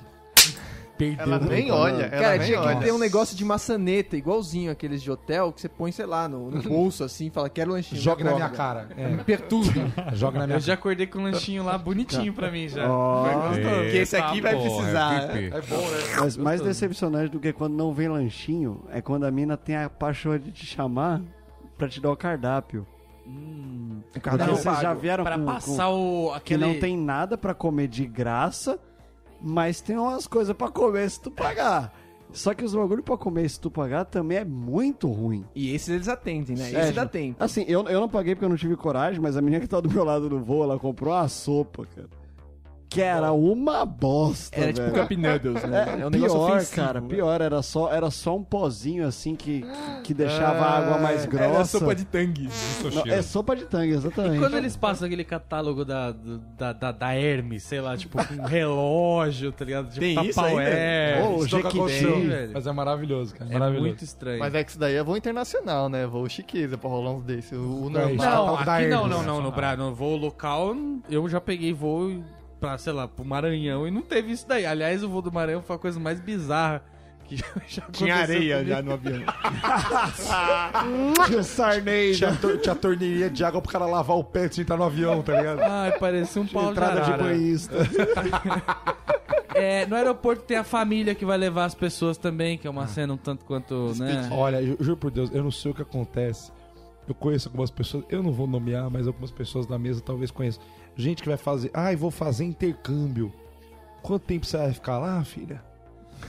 Perdeu.
Ela nem olha, ela
Cara,
nem
tinha
olha.
que ter um negócio de maçaneta, igualzinho aqueles de hotel, que você põe, sei lá, no, no bolso assim, e fala, quero lanchinho.
Joga na minha
acorda.
cara.
Me perturba.
É, joga na minha
Eu já acordei com um lanchinho lá bonitinho pra mim já.
Porque
esse aqui vai precisar,
Mas mais decepcionante do que quando não vem lanchinho é quando a mina tem a paixão de te chamar pra te dar o cardápio. Porque
cardápio
vocês já vieram
Pra
com,
passar
com,
o
que
aquele
não tem nada pra comer de graça, mas tem umas coisas pra comer se tu pagar. Só que os bagulho pra comer se tu pagar também é muito ruim.
E esses eles atendem, né?
É,
Esse dá
tipo,
tempo.
Assim, eu, eu não paguei porque eu não tive coragem, mas a menina que tá do meu lado no voo, ela comprou uma sopa, cara. Que era uma bosta,
Era
velho.
tipo Cup
[laughs]
Noodles, né?
É, pior, cara, pior, era só, era só um pozinho assim que, que, que deixava a água
É,
mais grossa.
Era sopa de tangue.
Não, é sopa de tangue, exatamente.
quando eles passam aquele catálogo da, do- da, da, da Hermes, sei lá, tipo,
[laughs]
com relógio, tá ligado? Tipo,
Tem isso
Tupperware.
Ô, o Jequiti.
velho.
Mas é maravilhoso, cara.
É
maravilhoso.
muito estranho.
Mas é que isso daí é voo internacional, né? Voo chiqueza pra rolar uns desses.
Então
O, o normal.
Não,
Catálogo é da
aqui não,
Hermes,
não, não.
né?
No, Bra- no voo local, eu já peguei voo pra, sei lá, pro Maranhão e não teve isso daí. Aliás, o voo do Maranhão foi a coisa mais bizarra que já, já
Tinha
aconteceu
areia
comigo.
já no
[laughs]
avião.
Tinha sarney,
né?
tinha, tor- tinha torneirinha de água pro cara lavar o pé antes de entrar no avião, tá ligado?
Ai, parecia um pau de
Entrada de
arara.
banhista.
É, no aeroporto tem a família que vai levar as pessoas também, que é uma cena um tanto quanto, né?
Olha, eu juro por Deus, eu não sei o que acontece. Eu conheço algumas pessoas, eu não vou nomear, mas algumas pessoas da mesa talvez conheçam. Gente que vai fazer, ai, vou fazer intercâmbio. Quanto tempo você vai ficar lá, filha?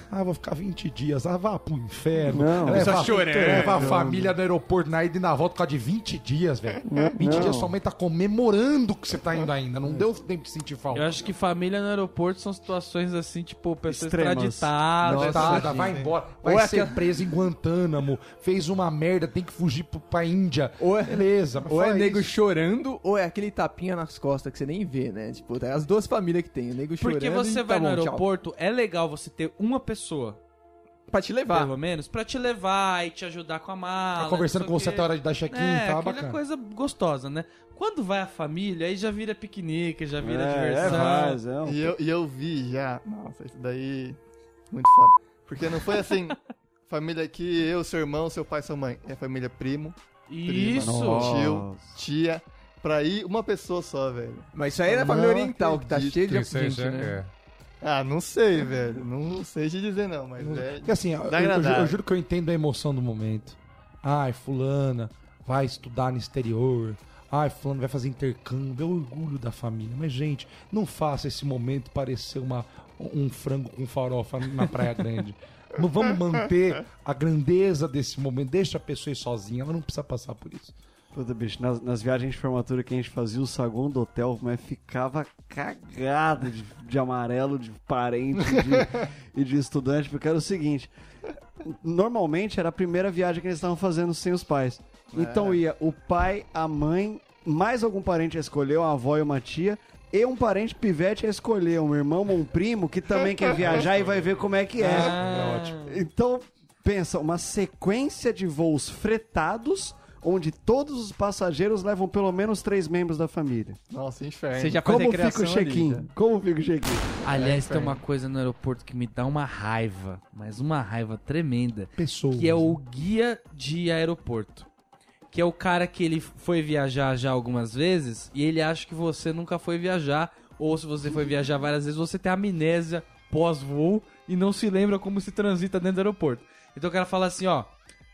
Ah, vou ficar 20 dias. Ah, vá pro inferno.
Não.
leva,
Pessoa chorando.
leva a família do aeroporto na ida e na volta por causa de 20 dias, velho. 20
não. É.
dias sua mãe tá comemorando que você tá indo ainda. Não deu tempo de sentir falta.
Eu acho que família no aeroporto são situações assim, tipo, pessoas
Extremas.
extraditadas.
Coitada, vai embora. Vai
Ou é
ser
aquela-
preso em Guantánamo. Fez uma merda, tem que fugir pro- pra Índia.
Ou é-
Beleza. mas
Ou é
fala
nego
isso.
chorando, ou é aquele tapinha nas costas que você nem vê, né? Tipo, tá as duas famílias que tem, o nego chorando.
Porque você
então,
e
vai
tá
no
bom, tchau.
aeroporto, é legal você ter uma pessoa,
pra te levar.
pelo menos, pra te levar e te ajudar com a mala.
Tá conversando com
não
você
sei o quê.
até a hora de dar check-in,
É,
tá
aquela
bacana.
coisa gostosa, né? Quando vai a família, aí já vira piquenique, já vira
É, é,
diversão.
mas, é um-
E eu, e eu vi já. Nossa, isso daí. Muito foda. Porque não foi assim. [laughs] família aqui, eu, seu irmão, seu pai, sua mãe. É família primo,
Isso!
Nossa. tio,
Nossa.
tia. Pra ir uma pessoa só, velho.
Mas isso aí é na família
Não
oriental, que tá
acredito.
cheio de
Isso é,
afluente,
isso é-
né?
é.
Ah, não sei, velho. Não sei te dizer não, mas é.
Porque assim, eu, eu- eu ju- eu
agradável.
juro que eu entendo a emoção do momento. Ai, fulana, vai estudar no exterior. Ai, fulano vai fazer intercâmbio. É o orgulho da família. Mas, gente, não faça esse momento parecer uma, um frango com farofa na Praia Grande. Não vamos manter a grandeza desse momento. Deixa a pessoa ir sozinha, ela não precisa passar por isso.
Puta, bicho, nas, nas viagens de formatura que a gente fazia o saguão do hotel, mas ficava cagado de, de amarelo, de parente de- e de estudante, porque era o seguinte: normalmente era a primeira viagem que eles estavam fazendo sem os pais. Então ia o pai, a mãe, mais algum parente a escolher, uma avó e uma tia, e um parente pivete a escolher, um irmão ou um primo que também quer viajar e vai ver como é que é. Então, pensa, uma sequência de voos fretados, onde todos os passageiros levam pelo menos três membros da família.
Nossa, inferno.
Você já
é
faz
Como fica
recreação
o check-in?
ali,
né?
já.
Como fica o check-in?
é
Aliás, tem uma coisa no aeroporto que me dá uma raiva, mas uma raiva tremenda.
Pessoas.
que é o guia de aeroporto. Que é o cara que ele foi viajar já algumas vezes e ele acha que você nunca foi viajar. Ou se você foi viajar várias vezes, você tem amnésia pós-voo e não se lembra como se transita dentro do aeroporto. Então o cara fala assim, ó.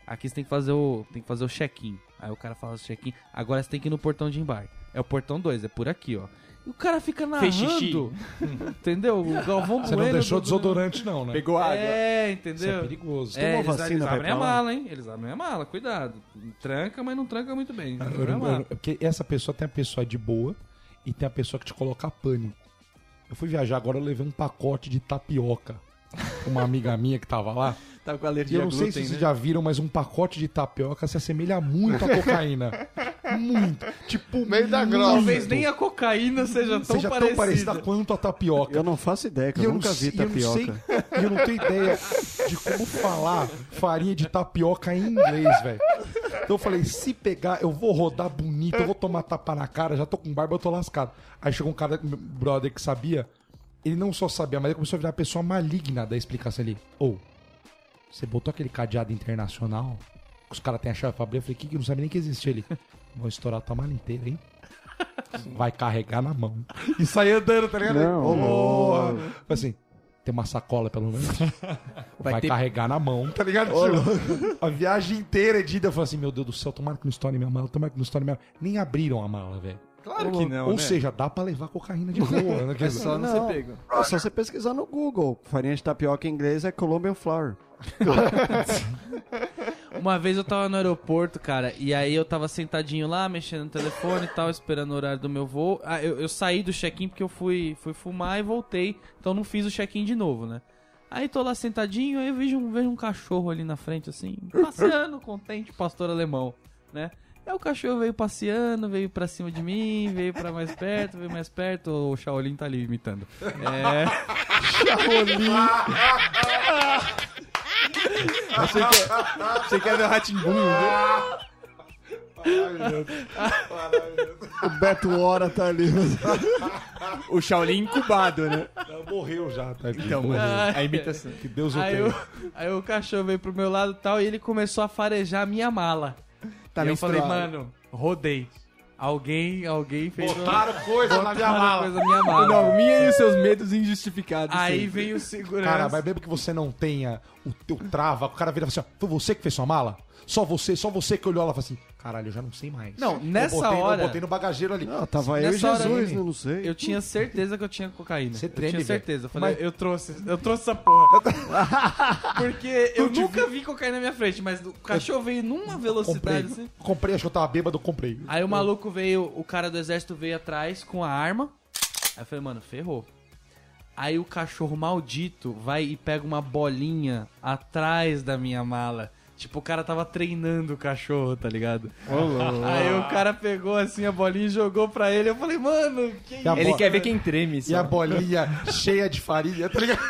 Aqui você tem que fazer o. Tem que fazer o check-in. Aí o cara fala o check-in. Agora você tem que ir no portão de embarque. É o portão 2, é por aqui, ó. E o cara fica
Fez xixi.
narrando. Entendeu? O Galvão
Você não
Bueno
deixou
do-
desodorante, não, né?
Pegou água.
É,
Isso é
entendeu?
perigoso.
É,
uma
eles,
vacina
eles
pra
abrem a
ir pra lá?
mala, hein? Eles abrem a mala, cuidado. Tranca, mas não tranca muito bem. Eles
Ah, Eu
abrem a
não- eu não-
mala.
porque essa pessoa tem a pessoa de boa e tem a pessoa que te coloca pânico. Eu fui viajar agora, eu levei um pacote de tapioca. Uma amiga [laughs] minha que tava lá.
Tá
E
com
é
alergia
eu não sei se vocês já viram, mas um pacote de tapioca se assemelha muito à [laughs] cocaína. muito. Tipo,
Meio da
muito.
grossa.
Talvez nem a cocaína seja tão
seja
parecida.
tão parecida quanto a tapioca.
Eu não faço ideia, que
E
eu,
não
nunca vi
sei- e eu não
tapioca.
sei- E eu não tenho ideia de como falar farinha de tapioca em inglês, velho. Então eu falei, se pegar, eu vou rodar bonito, eu vou tomar tapa na cara, já tô com barba, eu tô lascado. Aí chegou um cara, meu brother, que sabia. Ele não só sabia, mas ele começou a virar uma pessoa maligna da explicação ali. Ou, você botou aquele cadeado internacional que os caras têm a chave pra abrir? Eu falei, que que eu não sabia nem que existia ele. Vou estourar a tua mala inteira, hein? Vai carregar na mão. E sair andando, tá ligado?
Não.
Ô, porra. Falei assim, tem uma sacola pelo menos. Vai,
ter-
carregar na mão, tá ligado? Tipo, [laughs] a viagem inteira é de ida. Eu falei assim, meu Deus do céu, tomara que não estoure minha mala, tomara que não estoure minha mala. Nem abriram a mala, velho.
Claro que não,
Ou
né?
seja, dá pra levar cocaína de boa. Né? Quer dizer,
Só não,
Não.
ser pego.
É só você pesquisar no Google. Farinha de tapioca em inglês é Colombian flour.
Uma vez eu tava no aeroporto, cara, e aí eu tava sentadinho lá, mexendo no telefone e tal, esperando o horário do meu voo. Ah, eu, eu saí do check-in porque eu fui, fui fumar e voltei, então não fiz o check-in de novo, né? Aí tô lá sentadinho, aí eu vejo um, vejo um cachorro ali na frente, assim, passeando, [laughs] contente, pastor alemão, né? Aí o cachorro veio passeando, veio pra cima de mim, veio pra mais perto, veio mais perto. O Shaolin tá ali imitando. É.
Você quer ver o né? Ratimbun?
O Beto Hora tá ali.
O Shaolin incubado, né?
não, morreu já, tá
Então,
É.
mano, a imitação.
Que Deus o
Aí,
tenha.
o, aí o cachorro veio pro meu lado e tal, e ele começou a farejar a minha mala.
Tá
e eu falei,
menstruado.
mano, rodei. Alguém, alguém fez uma-
coisa na minha
botaram coisa na minha mala.
Não, minha e os seus medos injustificados.
Aí
sempre.
veio o segurança.
Cara, mas mesmo que você não tenha o teu trava, o cara vira e fala assim, ó, foi você que fez sua mala? Só você, só você que olhou ela e fala assim, caralho, eu já não sei mais.
Não,
Eu
nessa
botei-
hora-
Eu botei no bagageiro ali.
Ah, tava eu e
Nessa hora,
Jesus,
hein?
né? não sei.
Eu tinha certeza que eu tinha cocaína.
Você
eu
treme,
tinha
velho.
certeza. Eu falei,
Mas-
eu trouxe, eu trouxe essa porra. [laughs] Porque eu nunca vi cocaína na minha frente, mas o cachorro veio numa
comprei,
velocidade assim.
comprei, acho que eu tava bêbado, comprei.
Aí o maluco veio, o cara do exército veio atrás com a arma. Aí eu falei, mano, ferrou. Aí o cachorro maldito vai e pega uma bolinha atrás da minha mala. Tipo, o cara tava treinando o cachorro, tá ligado? Aí o cara pegou assim a bolinha e jogou pra ele. Eu falei, mano, que
E a
Ele
bo-
quer ver quem treme,
E
só.
a bolinha cheia de farinha, tá
[laughs]
ligado?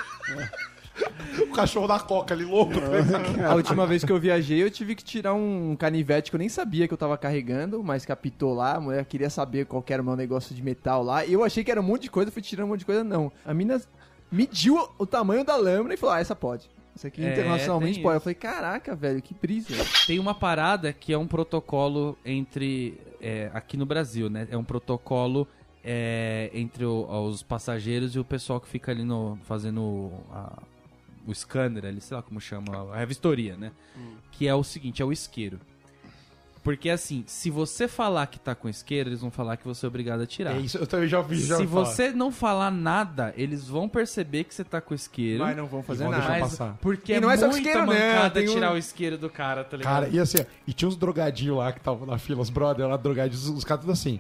o cachorro da coca ali, louco. tá ligado?
A última vez que eu viajei, eu tive que tirar um canivete que eu nem sabia que eu tava carregando, mas capitou lá, a mulher queria saber qual que era o meu negócio de metal lá. E eu achei que era um monte de coisa, fui tirando um monte de coisa, não. A mina mediu o tamanho da lâmina e falou, ah, essa pode. Isso aqui
É,
internacionalmente
tem
pode. Eu falei, caraca, velho, que brisa.
Tem uma parada que é um protocolo entre. é, aqui no Brasil, né? É um protocolo é, entre o- os passageiros e o pessoal que fica ali no, fazendo a- o scanner ali, sei lá como chama, a revistoria, né?
Hum.
Que é o seguinte: é o isqueiro. Porque assim, se você falar que tá com isqueiro, eles vão falar que você é obrigado a tirar.
É isso, eu também já vi. Já
Se
ouvi falar.
você não falar nada, eles vão perceber que você tá com isqueiro.
Mas não vão fazer
Vão
nada.
deixar
Mas-
passar.
Porque
E
é
não é só
muita
isqueiro, né?
mancada
Tem um-
tirar o isqueiro do cara, tá ligado?
Cara, e assim, ó, e tinha uns drogadinhos lá que estavam na fila, os brother lá, drogadinhos, os caras tudo assim.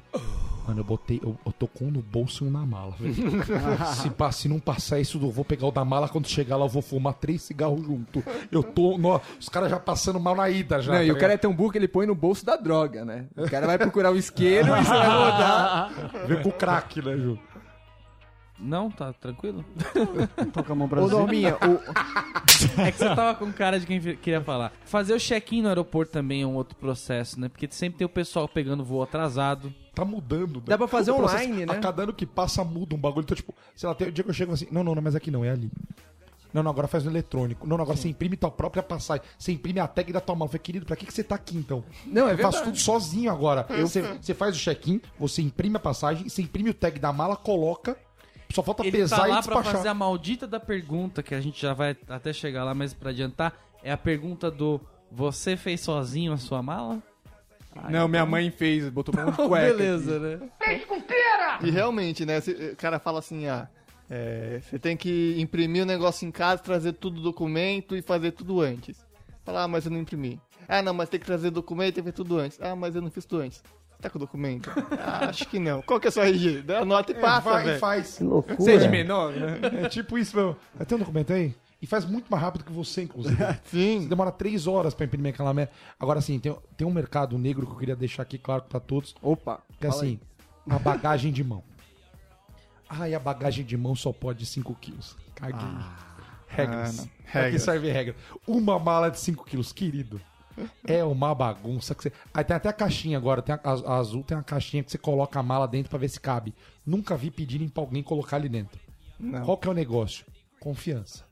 Mano, eu botei, eu, eu tô com um no bolso e um na mala,
[laughs]
velho. se, pa- se não passar isso, eu vou pegar o da mala, quando chegar lá eu vou fumar três cigarros junto. Eu tô, nó, os caras já passando mal na ida já.
Não,
tá
e o
ligado?
cara é tão burro que ele põe no
[laughs]
bolso da droga, né? O cara vai procurar o isqueiro e isso vai rodar.
Vem com o crack, né, Ju?
Não? Tá tranquilo?
Toca a mão pra
Ô,
cima.
Norminha, o...
É que você tava com cara de quem vi- queria falar. Fazer o check-in no aeroporto também é um outro processo, né? Porque sempre tem o pessoal pegando voo atrasado.
Tá mudando. né?
Dá pra fazer
O processo,
online, né?
A cada ano que passa, muda um bagulho. Então, tipo, sei lá, tem dia que eu chego assim, não, não, não, mas aqui não, é ali. Não, não, agora faz no eletrônico. Não, não, agora você imprime tua própria passagem. Você imprime a tag da tua mão. Eu falei, querido, pra que, que você tá aqui então?
Não, é
eu faço
verdade.
tudo sozinho agora. Você, você faz o check-in, você imprime a passagem, você imprime o tag da mala, coloca. Só falta
Ele
pesar
tá lá
e
pra
despachar.
fazer a maldita da pergunta, que a gente já vai até chegar lá, mas pra adiantar, é a pergunta do... Você fez sozinho a sua mala?
Não, minha mãe fez, botou
[laughs]
pra um cueca.
Beleza, né?
E realmente, né? se- O cara fala assim, ah, é, você tem que imprimir o negócio em casa, trazer tudo documento e fazer tudo antes. Fala, ah, mas eu não imprimi. Ah, não, mas tem que trazer documento e fazer tudo antes. Ah, mas eu não fiz tudo antes. Tá com o documento? [laughs] Ah, acho que não. Qual que é a sua RG? Dá a nota e passa,
É, Vai e
velho.
faz.
Que loucura.
Você é de menor, né?
É tipo isso, meu. Tem um documento aí? E faz muito mais rápido que você, inclusive. Você
Sim.
demora três horas pra imprimir aquela merda. Agora, assim, tem, tem um mercado negro que eu queria deixar aqui claro pra todos.
Opa.
Que é assim, a bagagem de mão. Ai, a bagagem de mão só pode 5 quilos. Caguei. regras.
Ah, não.
Pra que
Regras.
serve regra? Uma mala de 5 quilos, querido. É uma bagunça que você. Aí tem até a caixinha agora, tem a, a- a azul tem uma caixinha que você coloca a mala dentro pra ver se cabe. Nunca vi pedirem pra alguém colocar ali dentro. Qual que é o negócio? Confiança.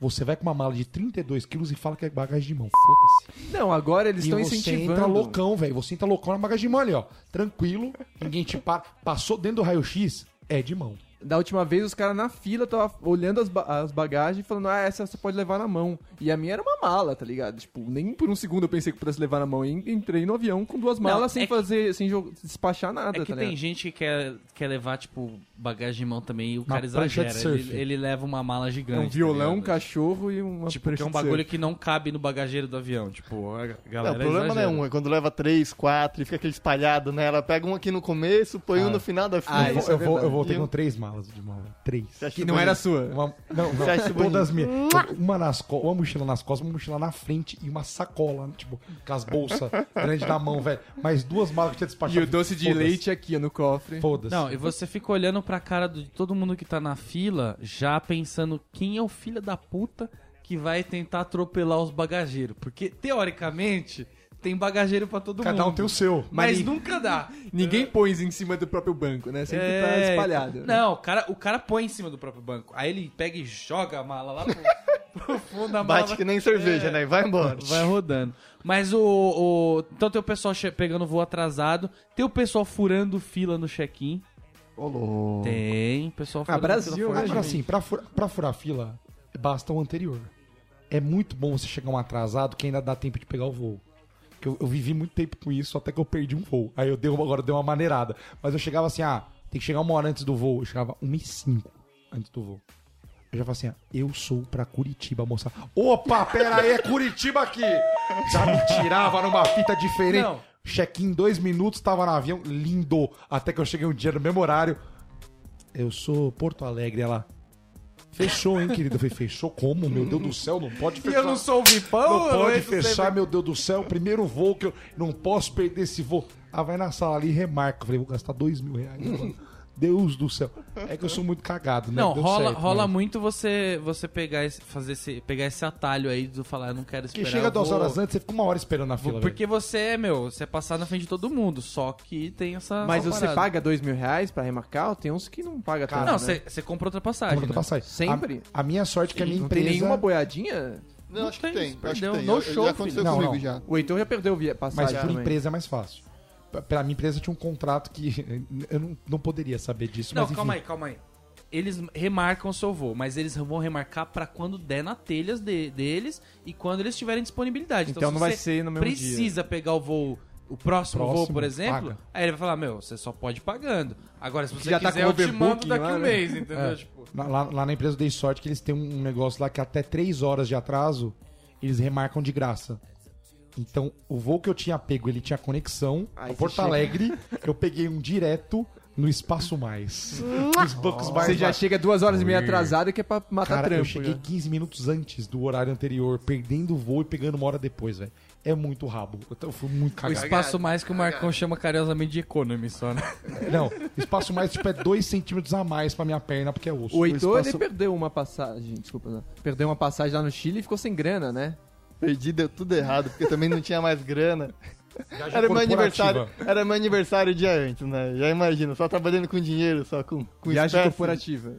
Você vai com uma mala de 32 quilos e fala que é bagagem de mão. Foda-se.
Não, agora eles
E
estão
você
incentivando.
entra loucão, velho. Você entra loucão na bagagem de mão ali, ó. Tranquilo, ninguém te para. Passou dentro do raio-x, é de mão.
Da última vez, os caras na fila tava olhando as, ba- as bagagens e falando, ah, essa você pode levar na mão. E a minha era uma mala, tá ligado? Tipo, nem por um segundo eu pensei que pudesse levar na mão. E entrei no avião com duas malas
Não,
sem
é que-
fazer, sem jo- despachar nada,
É que
tá
tem
ligado?
gente que quer, quer levar, tipo, bagagem de mão também e o
Uma
cara
prancha de
exagera.
surf.
Ele, ele leva uma mala gigante.
um
tá
violão,
Um
ligado?
cachorro e uma
Tipo, que é um bagulho que não cabe no bagageiro do avião. Tipo, a
Não,
galera
o problema não é
exagera.
um, é quando leva três, quatro e fica aquele espalhado, né? Ela pega um aqui no começo, põe
Ah.
um no final da fila.
eu, vou-
é
eu vou, eu voltei
E
com
eu-
três malas de mão. velho. Três.
Você acha
Que não era sua.
Uma, não, não.
Você acha bonito?
Todas minhas. Uma, nas co- uma mochila nas costas, uma mochila na frente e uma sacola, né? tipo, com as
[laughs]
bolsas grandes na mão, velho. Mais duas malas que tinha despachado.
E o doce de
Foda-se.
leite é-
aqui ó, no cofre.
Foda-se.
Não, e você fica olhando pra cara do- de todo mundo que tá na fila, já pensando quem é o filho da puta que vai tentar atropelar os bagageiros. Porque, teoricamente, tem bagageiro pra todo mundo.
Cada um tem o seu.
Mas
Mas
nunca dá.
Ninguém põe em cima do próprio banco, né? Sempre
É,
tá
então-
né?
espalhado.
Não, o cara, o cara põe em cima do próprio banco. Aí ele pega e joga a mala lá pro, pro fundo da mala.
Bate que nem cerveja, né? E Vai embora.
É. Vai rodando. Mas o, o- Então tem o pessoal che- pegando voo atrasado. Tem o pessoal furando fila no check-in.
Ô, louco.
Tem. O pessoal furando fila
Ah,
fora
mas
de-
assim, pra, fura- pra furar fila, basta o anterior. É muito bom você chegar um atrasado que ainda dá tempo de pegar o voo. Porque Eu, eu vivi muito tempo com isso, até que eu perdi um voo. Aí eu dei, uma- agora dei uma maneirada. Mas eu chegava assim, ah, tem que chegar uma hora antes do voo. Eu chegava 1 e 5 antes do voo. Eu já falei assim, ah, eu sou pra Curitiba, moça. Opa, pera aí, é Curitiba aqui! Já me tirava numa fita diferente.
Não.
Check-in em dois minutos, tava no avião, lindo. Até que eu cheguei um dia no mesmo horário. Eu sou Porto Alegre, ela. Fechou, hein, querido? Eu falei, fechou como? Meu Deus do céu, não pode fechar.
Eu não sou o Vipão,
Não
eu
pode
entro
fechar,
sempre-
meu Deus do céu. é Primeiro voo que eu não posso perder esse voo. Ah, vai na sala ali e remarca. Eu falei, vou gastar dois mil reais. mano. Deus do céu. É que eu sou muito cagado, né?
Não,
Deu
rola,
certo,
rola
mas-
muito você você pegar esse, fazer esse, pegar esse atalho aí do falar, eu não quero
Porque
esperar.
chega
eu
duas
vou-
horas antes, você fica uma hora esperando na
vou-
fila.
Porque você, meu, você é passar na frente de todo mundo, só que tem essa.
Mas
essa
você
parada.
paga dois mil reais pra remarcar? Tem uns que não paga tanto,
Não,
né?
você você compra outra passagem.
velho. Quando
né?
eu passar.
Sempre?
tá A, a minha sorte é que a minha
Não
empresa.
tem nenhuma boiadinha?
né? Não, acho que
tem,
tem. Acho que
perdeu.
tem.
No
Eu-
show,
já aconteceu
filho. Não,
comigo
não.
já.
O Heitor já perdeu via-
Mas
tá,
passagem
por
também.
empresa é mais fácil. Pra- Pra minha empresa tinha um contrato que [laughs] eu não, não poderia saber disso.
Não,
mas, enfim.
calma aí, calma aí. Eles remarcam o seu voo, mas eles vão remarcar pra quando der na telhas de- deles e quando eles tiverem disponibilidade.
Então não vai
você
ser no mesmo dia.
precisa pegar o voo, o próximo,
Próximo,
voo, por exemplo,
paga.
aí ele vai falar, meu, você só pode ir pagando. Agora, se você
já tá
quiser,
com
eu te mando
overbooking
daqui
lá,
um
né?
mês, entendeu?
É.
Tipo,
Lá- Lá, lá na empresa eu dei sorte que eles têm um negócio lá que até 3 horas de atraso eles remarcam de graça. Então, o voo que eu tinha pego, ele tinha conexão
Aí
a
você
Porto
chega.
Alegre. [laughs] Eu peguei um direto no Espaço Mais. Os bancos mais.
Você já
baixos.
chega duas horas e meia atrasado que é pra matar
Cara, eu
trampo. né?
cheguei
já.
15 minutos antes do horário anterior, perdendo o voo e pegando uma hora depois, velho. é muito rabo. Eu t- Eu fui muito
O
cagado.
espaço mais que o Marcão chama carinhosamente de economy só, né?
Não, espaço mais tipo é 2 centímetros a mais pra minha perna, porque é osso.
O Heitor,
espaço-
ele perdeu uma passagem, desculpa, né? perdeu uma passagem lá no Chile e ficou sem grana, né?
Perdi, deu tudo errado, porque também não tinha mais grana.
Viagem
Era meu
corporativa.
aniversário, era meu aniversário o dia antes, né? Já imagina, só trabalhando com dinheiro, só com, com
Viagem
espécie.
corporativa.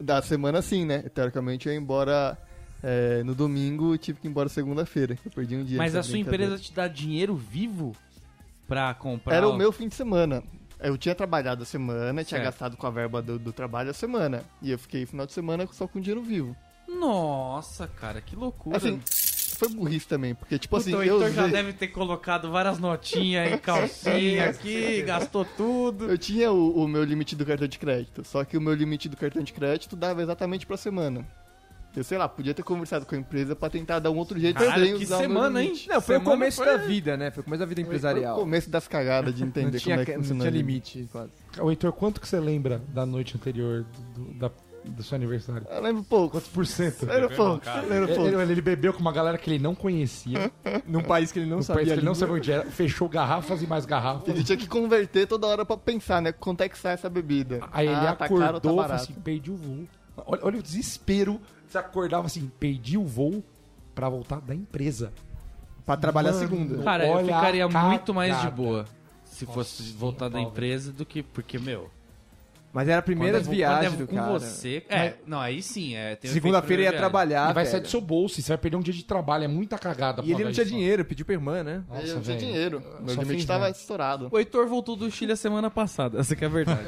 Da semana sim, né? Teoricamente eu ia embora é, no domingo e tive que ir embora segunda-feira. Eu perdi um
[laughs]
dia.
Mas
nessa
a sua
brincadeira.
empresa te dá dinheiro vivo pra comprar?
Era o meu fim de semana. Eu tinha trabalhado a semana, tinha
Certo.
gastado com a verba do, do trabalho a semana. E eu fiquei final de semana só com dinheiro vivo.
Nossa, cara, que loucura.
Assim, foi burrice também, porque tipo
Puta,
assim,
o
eu,
Heitor já
usei-
deve ter colocado várias notinhas em calcinha aqui, gastou tudo.
eu tinha o, o meu limite do cartão de crédito. Só que o meu limite do cartão de crédito dava exatamente pra semana. Eu sei lá, podia ter conversado com a empresa pra tentar dar um outro jeito também.
Caralho, que
usar o meu
semana, hein?
limite.
Não, foi
Semana
o começo
foi-
da vida, né? Foi o começo da vida
Foi o
empresarial.
começo das cagadas
[laughs]
de entender
Não tinha,
como é que
ca-
funciona.
não tinha
o limite.
limite, quase.
Ô, Heitor, quanto que você lembra da noite anterior do, do- da, do seu aniversário?
Eu lembro pouco.
Quantos por cento?
Lembro pouco. Lembro pouco.
Ele, ele bebeu com uma galera que ele não conhecia,
É.
Num país que ele não
um
sabia.
país que ele não
a língua.
sabia onde era, fechou garrafas e mais garrafas.
Ele tinha que converter toda hora pra pensar, né? Quanto é que sai essa bebida?
Aí ele
Ah, tá
acordou
caro ou tá
falou
barato?
assim, perdi o voo. Olha, olha o desespero. Você acordava assim, perdi o voo pra voltar da empresa.
Pra trabalhar
Mano.
segunda.
Cara, eu
Olha a
ficaria muito mais de
cagada.
boa se fosse voltar da empresa do que... Porque, meu...
Mas era a primeira
quando é vo-
viagem
quando é
do
com
cara.
você... É, não, aí sim. É, tem o efeito
Segunda-feira ia
primeira viagem.
trabalhar,
e vai
Ah, velho.
sair do seu bolso, e você vai perder um dia de trabalho, é muita cagada. pra
E ele
uma
não tinha
viagem só.
dinheiro, pediu pra irmã, né?
Aí eu não tinha
velho.
dinheiro. Meu
só
limite
fiz
tava
merda.
estourado.
O Heitor voltou do Chile a semana passada, essa que é a verdade.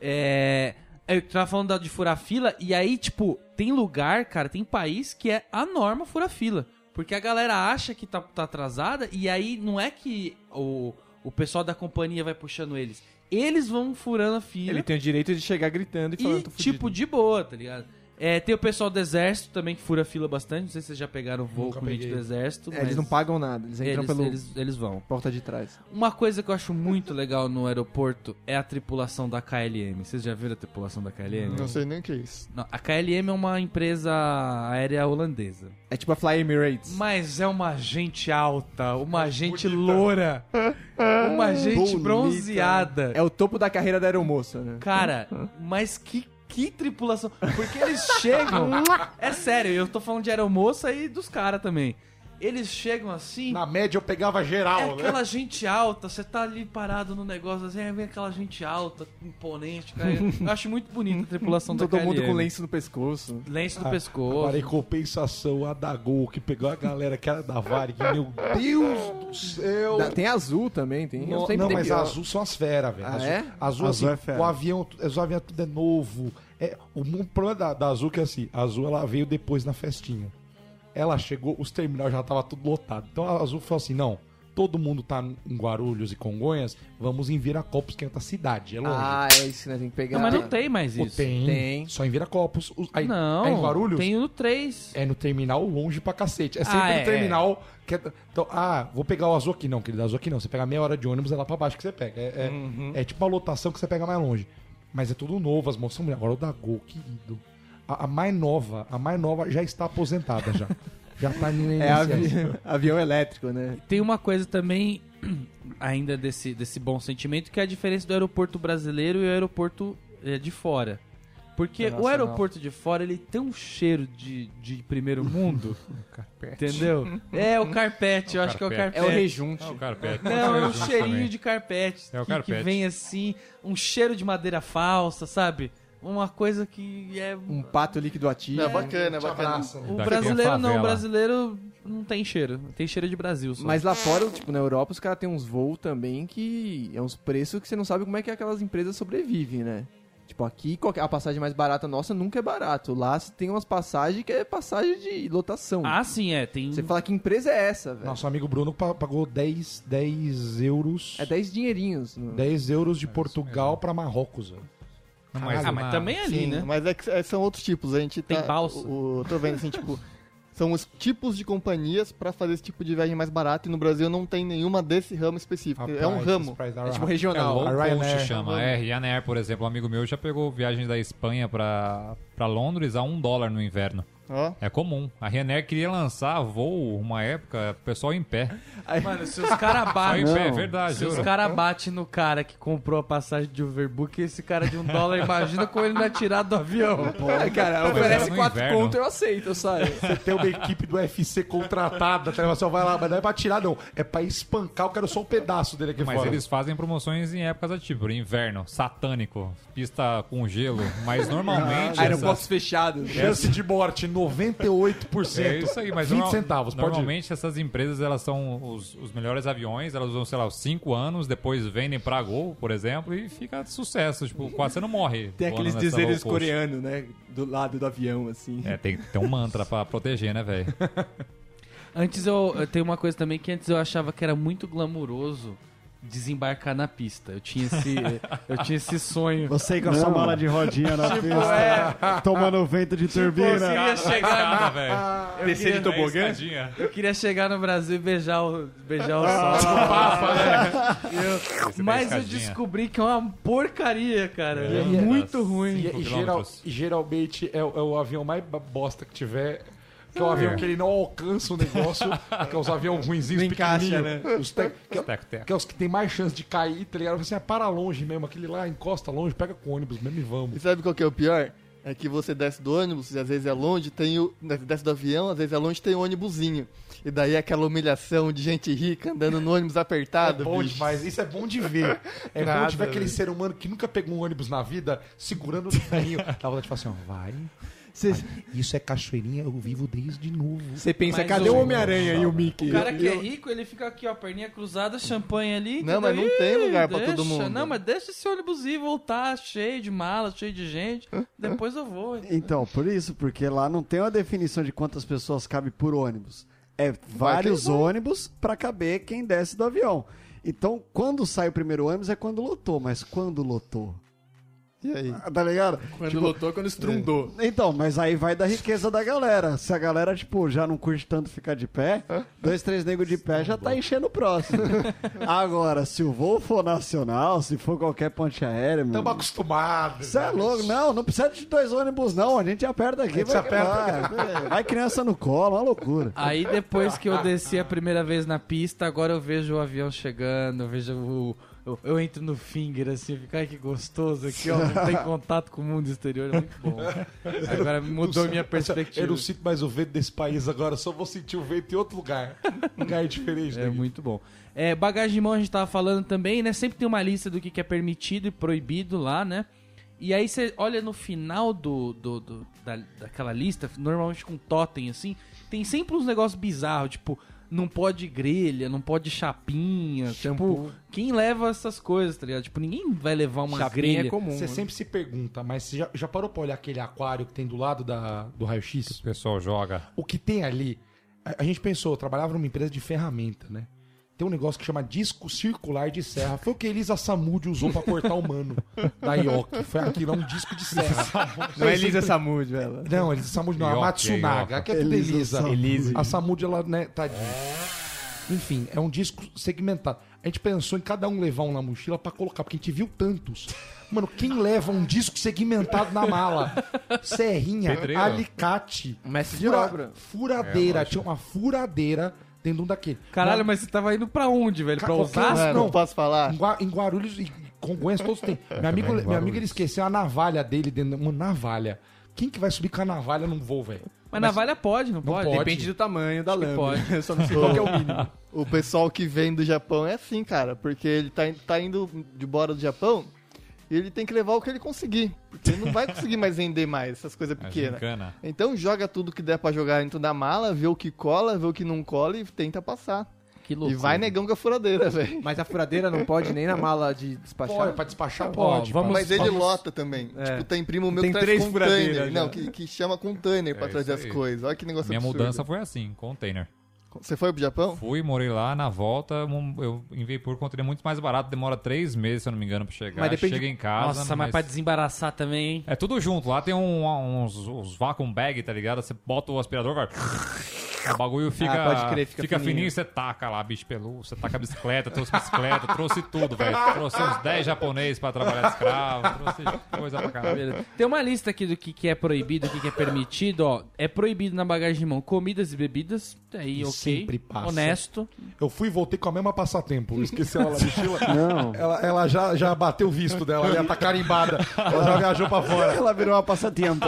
é. Eu tava falando da- de furar fila, e aí, tipo, tem lugar, cara, tem país que é a norma furar fila. Porque a galera acha que tá, tá atrasada, e aí não é que o, o pessoal da companhia vai puxando eles. Eles vão furando a fila.
Ele tem o direito de chegar gritando e falando,
E,
tô fudido.
tipo, de boa, tá ligado? É, tem o pessoal do exército também que fura fila bastante. Não sei se vocês já pegaram voo
Nunca
com gente
peguei.
do exército.
É, eles
mas
não pagam nada, eles entram
eles-
pelo
eles- eles vão.
porta de trás.
Uma coisa que eu acho muito legal no aeroporto é a tripulação da KLM. Vocês já viram a tripulação da KLM?
Não sei nem o que é isso.
Não, a KLM é uma empresa aérea holandesa.
É tipo a Fly Emirates.
Mas é uma gente alta, uma gente loura, uma gente
É Bonita. um
bronzeada.
É o topo da carreira da aeromoça, né?
Cara, mas que, que tripulação. Porque eles chegam.
[laughs]
é sério, eu tô falando de aeromoça e dos caras também. Eles chegam assim.
Na média eu pegava
É
geral, né?
aquela gente alta, você tá ali parado no negócio assim, aí vem aquela gente alta, imponente, cara.
[laughs]
Eu acho muito bonita a tripulação da
Todo mundo
KLM.
com lenço no pescoço.
lenço no
Ah,
pescoço.
Agora, em compensação, a da Gol, que pegou a galera que era da Varig, meu Deus do céu!
Da- Tem azul também, tem. eu
No-
sempre
não,
tenho
mas
pior.
azul são as feras, velho.
Ah,
azul,
é?
azul,
Azul
assim,
é fera.
o avião, o avião tudo é novo. É, o, mu- o problema da, da Azul é que assim, a Azul ela veio depois na festinha. Ela chegou, os terminais já tava tudo lotado. Então a Azul falou assim: "Não, todo mundo tá em Guarulhos e Congonhas, vamos em Viracopos, que é outra cidade, é longe".
Ah, é isso, né? Tem que pegar.
Não, mas não tem mais
Pô,
isso.
tem,
Tem.
Só em Viracopos. Os- Aí,
Não,
aí em Guarulhos
tem no 3.
é no terminal longe pra cacete. É sempre
Ah,
no
é,
terminal. Que é- então, ah, vou pegar o azul aqui. Não, querido, azul aqui não. Você pega meia hora de ônibus, é lá pra baixo que você pega. É, é- é tipo uma lotação que você pega mais longe. Mas é tudo novo, as moças são mulheres. Agora o da Gol, querido. A, a mais nova, a mais nova já está aposentada já. já tá no
É
INSS.
avi- [laughs] avião elétrico, né?
Tem uma coisa também, [clears throat] ainda desse, desse bom sentimento, que é a diferença do aeroporto brasileiro e o aeroporto eh, de fora. Porque o aeroporto de fora, ele tem um cheiro de, de primeiro
[laughs]
mundo. entendeu? É, o carpete, eu acho que é o
carpete.
carpete.
É o rejunte.
Ah, o carpete.
Não, é um
Também.
cheirinho de carpete.
É o
que,
carpete.
Que vem assim, um cheiro de madeira falsa, sabe? Uma coisa que é.
Um pato líquido ativo.
Não, é bacana, é bacana.
o
Daqui é
brasileiro
favela.
não, o brasileiro não tem cheiro. Tem cheiro de Brasil só.
Mas lá fora, tipo, na Europa, os caras têm uns voos também que é uns preços que você não sabe como é que aquelas empresas sobrevivem, né? Tipo, aqui qualquer- a passagem mais barata nossa nunca é barato. Lá você tem umas passagens que é passagem de lotação.
Ah, sim, é. Tem.
Você fala que empresa é essa, velho?
Nosso amigo Bruno pa- pagou 10, 10 euros.
É 10 dinheirinhos. no-
10 euros de Portugal pra Marrocos, velho.
Não,
Ah, mas
uma-
também é ali,
Sim,
[laughs]
né?
Mas é que é, são outros tipos. A gente tá.
Tem balsa.
o- o- tô vendo assim, tipo. [laughs] São os tipos de companhias pra fazer esse tipo de viagem mais barato. E no Brasil não tem nenhuma desse ramo específico. é um
Rapaz,
ramo.
Surprise da
É tipo
Ra-
regional.
É
A
low
Ryanair.
cost
se chama. É, Ryanair, por exemplo, um amigo meu já pegou viagem da Espanha pra, pra Londres a um dólar no inverno.
Ó.
É comum. A Ryanair queria lançar voo uma época, o pessoal em pé.
Mano, se os caras
Só em
batem.
pé, é verdade.
Se os
juro.
caras batem no cara que comprou a passagem de overbook, esse cara de um dólar, imagina com ele não atirado do avião.
É, [laughs] cara,
Pois é,
oferece
no
quatro
inverno.
conto, eu aceito, eu [laughs] saio.
Tem uma equipe do UFC contratada, tá ligado? Só vai lá, mas não é pra tirar, não. É pra espancar, eu quero só um pedaço dele aqui
Mas
fora.
eles fazem promoções em épocas atípicas, inverno, satânico, pista com gelo. Mas
Ah,
normalmente.
Aeroportos fechados.
Chance de morte, 98%.
É isso aí, mas
20
normal-
centavos, pode ir.
normalmente essas empresas elas são os, os melhores aviões, elas usam, sei lá, 5 anos, depois vendem pra Gol, por exemplo, e fica sucesso, tipo, quase você não morre.
Tem
voando
aqueles
nessa
dizeres
low cost.
coreanos, né? Do lado do avião, assim.
É, tem que ter um mantra pra proteger, né, velho?
Antes eu, eu tenho uma coisa também que antes eu achava que era muito glamuroso desembarcar na pista. Eu tinha esse, eu tinha esse sonho.
Você aí com a sua mala de rodinha na pista, tomando vento de
eu
assim,
turbina.
queria chegar,
Nada, velho.
Descer de tobogã?
Escadinha.
eu queria chegar no Brasil e beijar o, beijar o
Ah.
sol. Eu-
dá
mas eu
escadinha.
descobri que é uma porcaria, cara.
É.
É muito ruim.
E, e geral- e geralmente é, o- é o avião mais ba- bosta que tiver. Que é
Ah,
o avião que ele não alcança o negócio, que é os aviões ruinzinhos
Não encaixa,
pequenininhos.
né?
Os tec- que, é-
Teco, teco.
que é os que tem mais chance de cair, tá ligado? Assim, ah, para longe mesmo, aquele lá encosta longe, pega com o ônibus mesmo e
E
vamos.
sabe qual que é o pior? É que você desce do ônibus e às vezes é longe, tem o. Desce do avião, às vezes é longe, tem o ônibusinho. E daí é aquela humilhação de gente rica andando no ônibus apertado.
bom
bicho.
demais, isso é bom de ver. É bom de ver aquele ser humano que nunca pegou um ônibus na vida, segurando o [laughs] ferrinho. Dá vontade de falar assim, ó, vai. vai. Isso é cachoeirinha, eu vivo desde novo.
Você pensa,
Mas
cadê
o-
o homem?
Homem-Aranha e o Mickey.
O cara que é rico, ele fica aqui, ó, perninha cruzada, champanhe ali.
Não,
entendeu?
mas não tem lugar pra
deixa,
todo mundo.
Não, mas deixa esse ônibus ir voltar cheio de malas, cheio de gente. Depois eu vou.
Então, por isso, porque lá não tem uma definição de quantas pessoas cabe por ônibus. É vários ônibus pra caber quem desce do avião. Então, quando sai o primeiro ônibus é quando lotou, mas quando lotou?
E aí?
Ah, Tá ligado?
Quando
Tipo,
lotou, quando estrundou.
Então, mas aí vai da riqueza da galera. Se a galera, tipo, já não curte tanto ficar de pé, dois, três negros de pé já tá enchendo
[laughs]
o próximo. Agora, se o voo for nacional, se for qualquer ponte aérea, meu.
Estamos acostumados.
Você é louco, não, não precisa de dois ônibus, não. A gente aperta aqui,
gente
vai,
aperta.
vai, vai criança no colo, uma loucura.
Aí depois que eu desci a primeira vez na pista, agora eu vejo o avião chegando, eu vejo o. Eu, eu entro no finger assim, fica ai que gostoso aqui, ó. Não tem contato com o mundo exterior, é muito bom. Agora mudou minha perspectiva.
Eu não sinto mais o vento desse país agora, só vou sentir o vento em outro lugar. Um lugar diferente.
É muito bom. É, bagagem de mão a gente tava falando também, né? Sempre tem uma lista do que, que é permitido e proibido lá, né? E aí você olha no final do, do, do- da, daquela lista, normalmente com totem, assim, tem sempre uns negócios bizarros, tipo, não pode grelha, não pode chapinha, tipo, quem leva essas coisas, tá ligado? Tipo, ninguém vai levar uma grelha.
é comum.
Você sempre se pergunta, mas você já, já parou pra olhar aquele aquário que tem do lado da, do raio-x?
O pessoal joga.
O que tem ali, a, a gente pensou, eu trabalhava numa empresa de ferramenta, né? Tem um negócio que chama disco circular de serra. Foi o que Elisa Samud usou pra cortar o mano da Ioki. Foi aquilo, é um disco de serra.
Não é Elisa Samud, ela.
Não, Elisa Samud não, a
Ioki,
Matsunaga.
Ioki.
Aqui é tudo
Elisa
Elisa.
Samud.
A Samud, ela, né, tadinha. Enfim, é um disco segmentado. A gente pensou em cada um levar um na mochila pra colocar, porque a gente viu tantos. Mano, quem leva um disco segmentado na mala? Serrinha,
Pedreiro.
alicate,
Um Mestre de
fura-
obra.
furadeira. Tinha uma furadeira dentro de um daquele.
Caralho,
Na-
mas você tava indo pra onde, velho? Pra
Cara,
usar?
qualquer-
Mano, não
não.
posso falar?
Em, Gua- em Guarulhos e Congonhas todos têm. Meu amigo, meu amigo ele esqueceu a navalha dele dentro. Uma navalha. Quem que vai subir com a navalha num voo, velho?
Mas navalha pode, não, pode?
pode.
Depende do tamanho da
Acho que
lâmpada. [laughs]
pode.
Eu só não sei qual que é o mínimo.
O pessoal que vem do Japão é assim, cara, porque ele tá, tá indo de bora do Japão e ele tem que levar o que ele conseguir, porque ele não vai conseguir mais vender mais essas coisas
A
né?
pequenas.
gincana.
Então joga tudo que der pra jogar dentro da mala, vê o que cola, vê o que não cola e tenta passar.
Que
E vai negão com a furadeira, velho.
Mas a furadeira não pode nem na mala de despachar.
Pode, pra despachar,
Ó,
pode.
vamos-
pra-
Mas ele lota também.
É.
Tipo, tem primo meu
Tem
que traz
três
container.
furadeiras já.
Não, que, que chama container pra
É
trazer
isso
as
aí.
coisas. Olha que negócio
Minha
absurdo.
mudança foi assim, container.
Você foi pro Japão?
Fui, morei lá, na volta um- eu enviei por container muito mais barato, demora três meses, se eu não me engano, pra chegar.
Mas depende-
Chega em casa.
Nossa, mas pra desembaraçar também, hein?
um, É tudo junto, lá tem um- uns, uns vacuum bag, tá ligado? Você bota o aspirador, vai. O bagulho fica,
Ah, pode crer, fica
fica fininho
fininho.
e você taca lá, bicho peludo. Você taca a bicicleta, trouxe bicicleta, trouxe tudo, velho. Trouxe uns 10 japoneses pra trabalhar de escravo, trouxe coisa pra caralho.
Beleza. Tem uma lista aqui do que, que é proibido, o que, que é permitido, ó. É proibido na bagagem de mão comidas e bebidas. Tá Aí, ok.
sempre passa.
Honesto.
Eu fui e voltei com a mesma passatempo. Esqueci ela
[laughs]
na mochila.
[laughs]
Não.
Ela, ela já, já bateu o visto dela, ela tá carimbada. Ela já viajou pra fora.
Ela virou uma passatempo.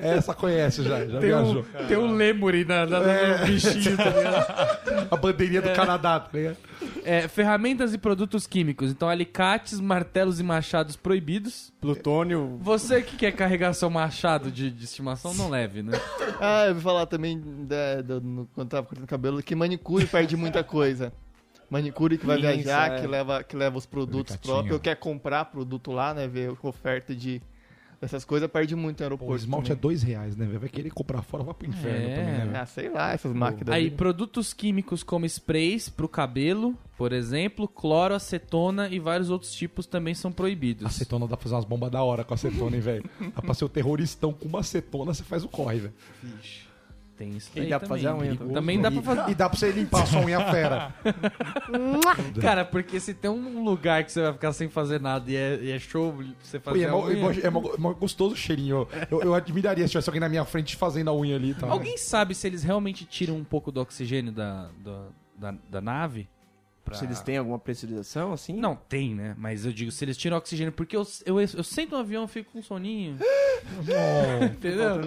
Essa conhece já, já viajou.
tem um lemuri na, na, [laughs] bichinho, tá ligado?
A bandeirinha do Canadá, tá ligado?
É, ferramentas e produtos químicos. Então, alicates, martelos e machados proibidos.
Plutônio.
Você que quer carregar seu machado de, de estimação, não leve, né?
Ah, eu vou falar também da- do- no- quando tava cortando cabelo que manicure perde muita coisa. Manicure que vai
é.
viajar, que, leva, que leva os produtos
Delicadinho.
próprios, ou quer comprar produto lá, né? Ver oferta de dessas coisas, perde muito no aeroporto.
O esmalte é
também.
dois reais, né? velho? Vai querer comprar fora, vai pro inferno
É.
também, né? velho?
Ah, sei lá, essas máquinas.
Aí,
ali.
produtos químicos como sprays pro cabelo, por exemplo, cloro, acetona e vários outros tipos também são proibidos.
Acetona dá pra fazer umas bombas da hora com acetona, hein, velho? Dá pra ser o terroristão com uma acetona, você faz o corre, velho.
Tem isso
E
aí
dá pra
também.
fazer a unha
Perigoso. Também dá pra fazer.
E dá pra você limpar a sua unha [laughs] fera.
Cara, porque se tem um lugar que você vai ficar sem fazer nada e é, e é show você
Ui,
fazer
é,
a
mó, é,
unha.
mó, é mó- é mó gostoso o cheirinho. Eu, eu admiraria se tivesse alguém na minha frente fazendo a unha ali. e tal.
Alguém sabe se eles realmente tiram um pouco do oxigênio da, da, da, da nave? Pra-
Se eles têm alguma pressurização, assim?
Não, tem, né? Mas eu digo, se eles tiram oxigênio, porque eu, eu, eu sento no avião e fico com soninho. [laughs]
é?
Entendeu?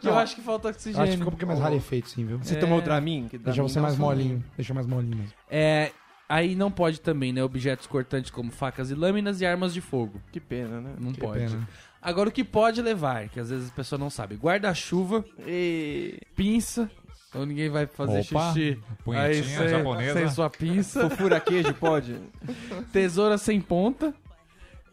Que eu acho que falta
Eu Acho que
oxigênio.
fica um pouquinho mais rarefeito, sim, viu?
Você
É.
tomou o Dramin? Que
Deixa
Dramin
você
dá um
mais
soninho.
molinho. Deixa mais molinho mesmo.
É, aí não pode também, né? Objetos cortantes como facas e lâminas e armas de fogo.
Que pena, né?
Não
Que
pode.
pena.
Agora, o que pode levar, que às vezes a pessoa não sabe. Guarda-chuva,
E...
pinça, então ninguém vai fazer
Opa,
xixi.
punhetinha
aí, sem,
japonesa.
sem sua pinça.
Fofura queijo, pode?
Tesoura sem ponta.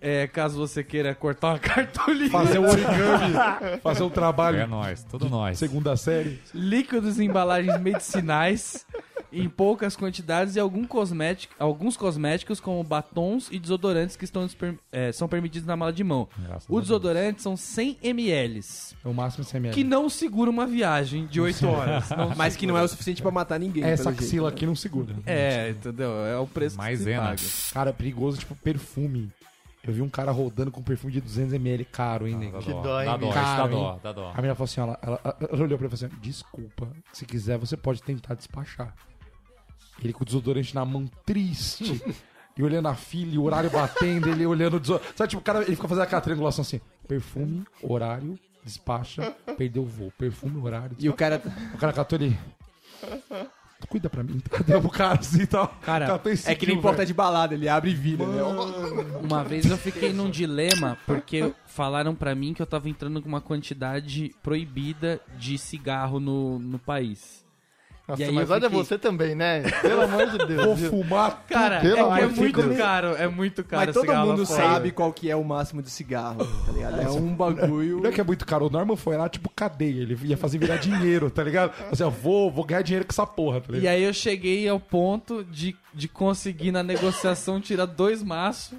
É, caso você queira cortar uma [laughs] cartolina.
Fazer um [laughs] origami, fazer um trabalho.
É nós, tudo nós.
Segunda série.
Líquidos e embalagens medicinais em poucas quantidades e algum cosmético, alguns cosméticos como batons e desodorantes que estão, desper- é, são permitidos na mala de mão.
Graças a
Os
Deus.
desodorantes são 100 ml,
É o máximo CML.
que não segura uma viagem de 8 horas. Não
[laughs] Mas que não é o suficiente pra matar ninguém.
Essa
pelo jeito.
axila aqui não segura.
É, entendeu? É o preço que se
Maisena.
paga.
Cara, é perigoso, tipo, perfume. Eu vi um cara rodando com perfume de 200ml caro, hein, nego?
Dá
Que
dó,
dó, hein,
dá dó, isso
bicho?
dá
Caro,
dó, dá dó.
A menina falou assim, ela, ela, ela olhou pra ele e falou assim, desculpa, se quiser você pode tentar despachar. Ele com o desodorante na mão, [laughs] triste, e olhando a filha, e o horário batendo, ele olhando o desodorante. Sabe, tipo, o cara, ele fica fazendo aquela triangulação assim, perfume, horário, despacha, perdeu o voo, perfume, horário,
E o cara.
despacha. O cara catou ele... Cuida pra mim, cadê o cara assim e tal?
Cara,
Catou e
É que nem
seguiu,
porta
velho.
de balada, ele abre e vira, né?
Uma vez eu fiquei num dilema porque falaram pra mim que eu tava entrando com uma quantidade proibida de cigarro no, no país.
Nossa,
e aí
mas
eu
olha
fiquei-
você também, né? Pelo amor de Deus. viu?
Vou fumar.
Cara,
Pelo
é, que é
amor de
muito
Deus.
caro, é muito caro.
Mas todo
cigarro lá
mundo
fora.
sabe qual que é o máximo de cigarro, tá ligado? É um bagulho...
[laughs] Não é que é muito caro. O Norman foi lá, tipo, cadeia. Ele ia fazer virar dinheiro, tá ligado? Assim, ó, vou, vou ganhar dinheiro com essa porra, tá
E
ligado?
aí eu cheguei ao ponto de, de conseguir na negociação tirar dois maços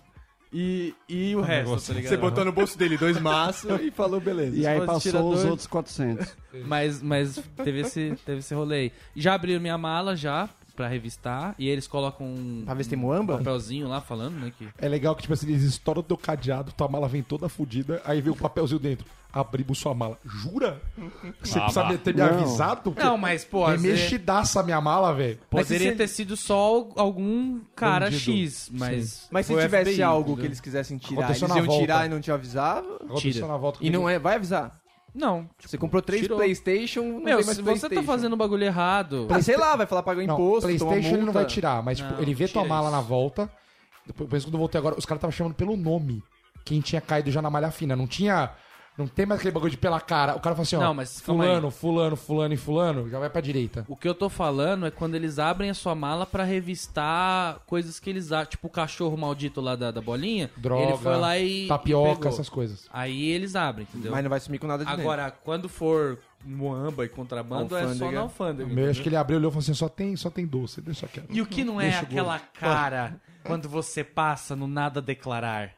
e, e o resto, tá
negociação.
ligado?
Você botou no bolso dele dois maços e falou, beleza.
E aí
fosse tirador-
passou os outros 400.
Mas, mas teve, esse, teve esse rolê aí. Já abriram minha mala já pra revistar e eles colocam um,
Pra ver se tem moamba?
um papelzinho lá falando, né, que...
É legal que, tipo assim, eles estouram o teu cadeado, tua mala vem toda fodida, aí vem o papelzinho dentro. Abrimos sua mala. Jura? Você
Ah,
precisa
vá.
me- ter me
Não.
avisado?
Tipo,
Não, mas, pô,
É
às vezes-
mexidaça a minha mala, velho.
Poderia
se-
ter sido só algum cara
Bandido.
X, mas.
Mas se
foi o
tivesse
FBI,
algo
entendeu?
que eles quisessem tirar,
Aconteceu
eles
na
iam
volta.
tirar e não te avisava?
Aconteceu na volta
E não é, vai avisar.
Não.
Você comprou três
Tirou.
Playstation, não
Meu,
tem
se você
mais
tá
PlayStation.
fazendo o bagulho errado.
Ah, sei lá, vai falar
é
pagar
Não,
imposto, tomar
PlayStation ele não
multa.
vai tirar, mas tipo,
Não,
ele vê tua
tira
mala
isso.
na volta. Depois, depois quando eu voltei agora, os caras estavam chamando pelo nome. Quem tinha caído já na malha fina. Não tinha. Não tem mais aquele bagulho de pela cara. O cara fala assim, ó.
Não, mas calma aí.
[laughs] fulano, fulano, fulano e fulano, já vai pra direita.
O que eu tô falando é quando eles abrem a sua mala pra revistar coisas que eles acham. Tipo o cachorro maldito lá da, da bolinha.
Droga,
ele foi lá e. e
tapioca,
pegou.
essas coisas.
Aí eles abrem, entendeu?
Mas não é vai sumir com nada de
Agora, quando for moamba e contrabando, é só
Alfândega.
na alfândega.
O meu, acho que ele abriu e olhou e falou assim: só tem, só tem doce, deixa
[laughs]
quieto.
E o que não é
Deixa o
aquela cara quando você passa no nada declarar?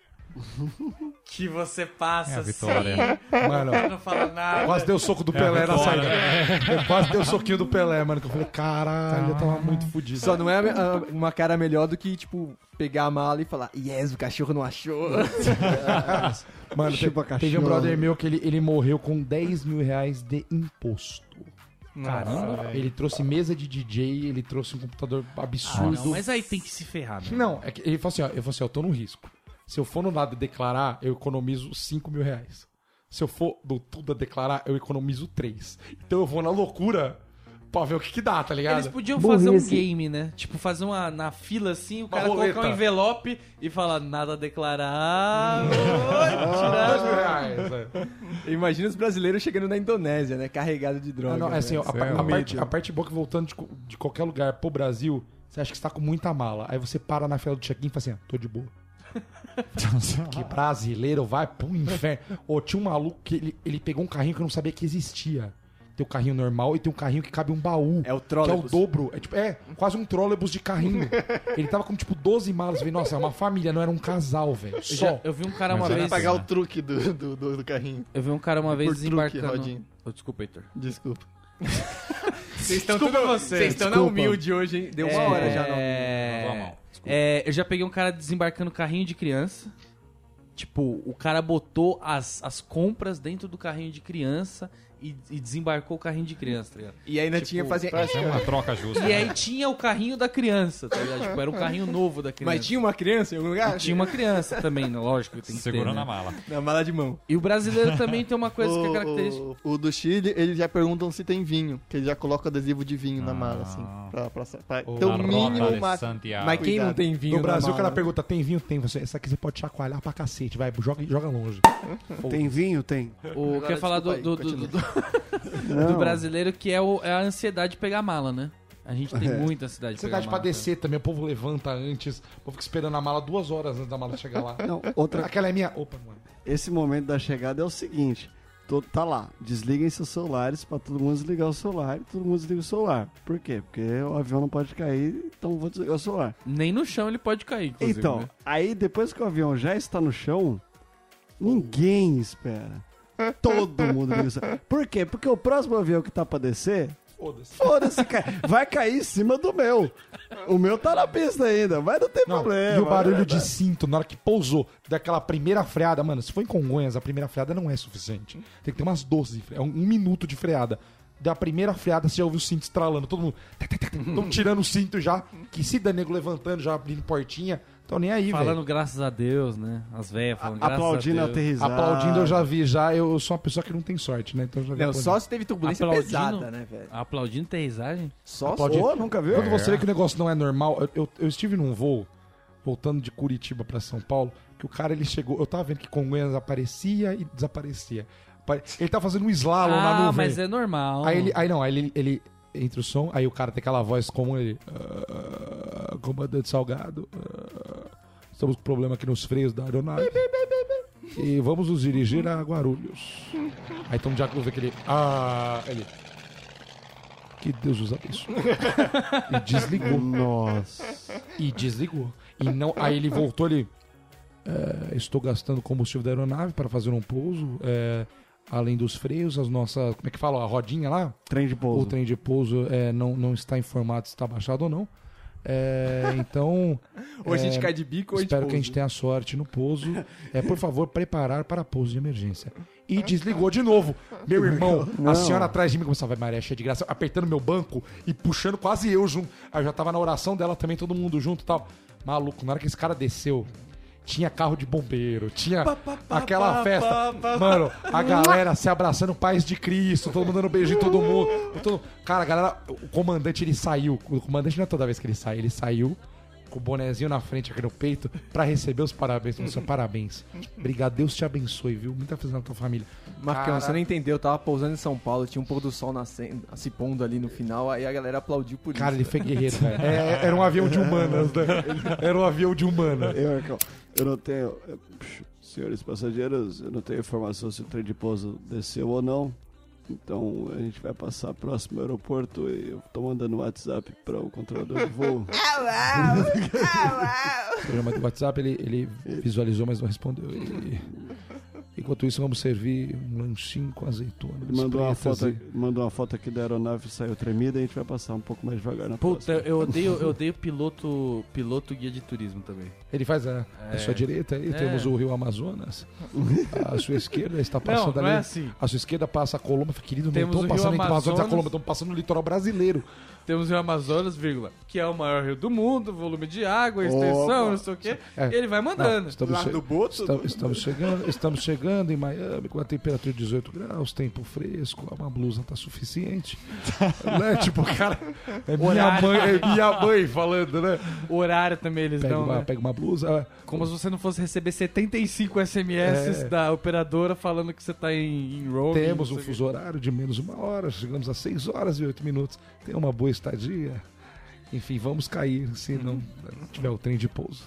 Que você passa
É a
assim,
vitória, né?
Mano,
não fala nada.
quase deu o soco do
É,
Pelé na
vitória, né?
saída. Eu Quase deu o soquinho do Pelé, mano. Que eu falei, caralho, eu tava muito fudido.
Só não é a- a- uma cara melhor do que, tipo, pegar a mala e falar, yes, o cachorro não achou.
Mano, te-
Chupa
teve, um
cachorro.
brother meu que ele, ele morreu com 10 mil reais de imposto.
Caramba, velho.
Ele trouxe mesa de DJ, ele trouxe um computador
Ah,
absurdo.
não, mas aí tem que se ferrar, né?
Não, é que ele falou assim, ó, eu falei assim, ó, eu tô no risco. Se eu for no nada declarar, eu economizo 5 mil reais. Se eu for do tudo a declarar, eu economizo 3. Então eu vou na loucura pra ver o que que dá, tá ligado?
Eles podiam
Burrice.
fazer um game, né? Tipo, fazer uma na fila assim, o cara
roleta.
colocar um envelope e falar nada a declarar.
Hum.
Dois mil reais, é.
Imagina os brasileiros chegando na Indonésia, né? Carregado de
Ah,
droga.
não, é assim, ó, a,
Sei
um
pa- a
lá.
um
parte, a parte boa é que voltando de, co- de qualquer lugar pro Brasil, você acha que você tá com muita mala. Aí você para na fila do check-in e fala assim, ah, tô de [laughs] boa. que brasileiro vai pro inferno. Ô, tinha um maluco que ele, ele pegou um carrinho que eu não sabia que existia. Tem o carrinho normal e tem um carrinho que cabe um baú.
É o
Que é o
trólebus.
dobro. É, tipo, é quase um trólebus de carrinho. ele tava com, tipo, 12 malas. Eu falei, nossa, é uma família, não era um casal, velho.
Eu,
Só.
já- eu vi um cara
Mas
uma
ele
vez.
Pagar o truque do, do, do, do carrinho.
Eu vi um cara uma vez
Por truque,
desembarcando.
Rodinho.
Oh, desculpa, Heitor.
Desculpa.
Vocês
é
estão tudo vocês.
estão
Desculpa.
humilde hoje, hein? Deu uma hora já, não.
É...
Vamos lá, mão.
É, eu já peguei um cara desembarcando carrinho de criança. Tipo, o cara botou as, as compras dentro do carrinho de criança e, e desembarcou o carrinho de criança, tá ligado?
E ainda
Tipo,
tinha fazia.
É uma troca justa. né?
E aí tinha o carrinho da criança, tá ligado? Tipo, era o carrinho novo da criança.
Mas tinha uma criança em algum lugar?
E né? tinha uma criança também, né? lógico, tem que
Segurando
ter,
a
né?
mala.
Na mala de mão.
E o brasileiro também tem uma [laughs] coisa que é característica.
o, o do Chile, eles já perguntam se tem vinho, que eles já colocam adesivo de vinho na mala, assim. Pra, pra, pra, ter o
Na
Então, mínimo
rota de
máximo.
Santiago.
É
Mas quem não
cuidado.
tem vinho
No Brasil, o
na
cara
mala?
né?
pergunta, tem vinho? Tem. Você, essa aqui você pode chacoalhar pra cacete, vai, joga, joga longe.
Tem vinho? Tem.
O que eu ia falar do, do,
desculpa aí,
do, do-
Não.
do brasileiro que é, o- é a ansiedade de pegar mala, né? A gente tem
É.
muita ansiedade de pegar
Ansiedade pra
mala.
descer também, o povo levanta antes, o povo fica esperando a mala duas horas antes da mala chegar lá.
Não, outra...
Aquela é minha. Opa, mano.
Esse momento da chegada é o seguinte. Tô, tá lá, desliguem seus celulares pra todo mundo desligar o celular e todo mundo desliga o celular. Por quê? Porque o avião não pode cair, então vou desligar o celular.
Nem no chão ele pode cair, inclusive,
Então,
né?
aí depois que o avião já está no chão, ninguém espera. Todo mundo liga o celular. Por quê? Porque o próximo avião que tá pra descer,
Foda-se.
foda-se, cai, vai cair em cima do meu. O meu tá na pista ainda, mas não tem
Não,
problema. né,
e o barulho de cinto na hora que pousou daquela primeira freada, mano, se for em Congonhas, a primeira freada não é suficiente. Tem que ter umas 12, fre- é um, um minuto de freada. Da primeira freada você já ouviu o cinto estralando, todo mundo tac, tac, tac, tão tirando o cinto já, que se dá nego levantando, já abrindo portinha, tão nem aí, velho.
Falando graças a Deus, né? As velhas falando graças
Aplaudindo a
a Deus.
aterrissagem.
Aplaudindo eu já vi, já eu sou uma pessoa que não tem sorte, né? Então eu já vi
Não,
aplaudindo.
só se teve turbulência
Aplaudindo.
é pesada, né, velho?
Aplaudindo aterrissagem?
Só se...
Aplaudindo.
Ô, nunca viu?
Quando você vê que o negócio não é normal, eu, eu, eu estive num voo, voltando de Curitiba pra São Paulo, que o cara ele chegou, eu tava vendo que Congonhas aparecia e desaparecia. Apare- Ele tava fazendo um slalom na
ah,
nuvem.
mas é normal.
Aí ele, aí não, aí ele, ele entra o som, aí o cara tem aquela voz como ele, "Ah, comandante Salgado, ah, estamos com problema aqui nos freios da aeronave. E vamos nos dirigir a Guarulhos. Aí um Tom Jack ouve aquele. Ah, ele. Que Deus usa isso. E desligou.
Nossa.
E desligou. E não, aí ele voltou ali. "É, estou gastando combustível da aeronave para fazer um pouso. é, além dos freios, as nossas. Como é que fala? A rodinha lá?
Trem de pouso.
O trem de pouso é, não, não está informado se está baixado ou não. É, então,
[laughs] Ou a
É,
gente cai de bico ou a gente
espero que a gente
pousa.
tenha sorte no
[laughs]
pouso. É, por favor, preparar para pouso de emergência. E desligou de novo. Meu irmão, a senhora atrás de mim começava, vai Maria, cheia de graça, apertando meu banco e puxando quase eu junto. Aí eu já tava na oração dela também, todo mundo junto e tal. Maluco, na hora que esse cara desceu, tinha carro de bombeiro, tinha aquela festa. Mano, a galera se abraçando, paz de Cristo, todo mundo dando beijo em todo mundo. Todo... Cara, a galera, o comandante ele saiu. O comandante não é toda vez que ele sai, ele saiu com o bonezinho na frente aqui no peito pra receber os parabéns. Então, seu parabéns. Obrigado, Deus te abençoe, viu? Muita felicidade na tua família.
Marcão,
Cara-
você não entendeu, eu tava pousando em São Paulo, tinha um pôr do sol nascendo, se pondo ali no final, aí a galera aplaudiu por
Cara,
isso.
ele foi guerreiro, velho. É, era um avião de humanas, né? Era um avião de humanas.
Eu, Marcão, eu não tenho. Senhores passageiros, eu não tenho informação se o trem de pouso desceu ou não. Então a gente vai passar próximo ao aeroporto e eu tô mandando um WhatsApp para o controlador de voo.
O programa do WhatsApp ele, ele visualizou, mas não respondeu. E- enquanto isso, vamos servir um lanchinho com azeitona.
Ele mandou uma, foto, mandou uma foto aqui da aeronave saiu tremida e a gente vai passar um pouco mais devagar na
Puta,
próxima.
eu odeio, eu odeio piloto, piloto guia de turismo também.
Ele faz a, a
É.
sua direita aí,
É.
temos o Rio Amazonas. A sua esquerda está
Não,
passando
não
ali.
é assim.
A sua esquerda passa a Colômbia. Querido,
Temos
não
o Rio
estão passando entre o Amazonas e a
Amazonas.
Colômbia, estão passando no litoral brasileiro.
Temos o Rio Amazonas, vírgula, que é o maior rio do mundo, volume de água, extensão, não sei o quê.
É.
Ele vai mandando.
Não, estamos, che-
boto?
esta- estamos chegando, estamos chegando em Miami com a temperatura de 18 graus, tempo fresco, uma blusa tá
[laughs]
suficiente. né? Tipo, cara, é minha,
Horário.
mãe, é minha mãe falando, né?
O horário também eles
Pega,
dão,
uma,
né?
pega uma blusa.
Como se você não fosse receber 75 SMS
É.
da operadora falando que você tá em, em roaming,
Temos
não
um
sei o quê.
fuso horário de menos uma hora, chegamos a 6 horas e 8 minutos. Tem uma boa estadia. Enfim, vamos cair se não tiver o trem de pouso.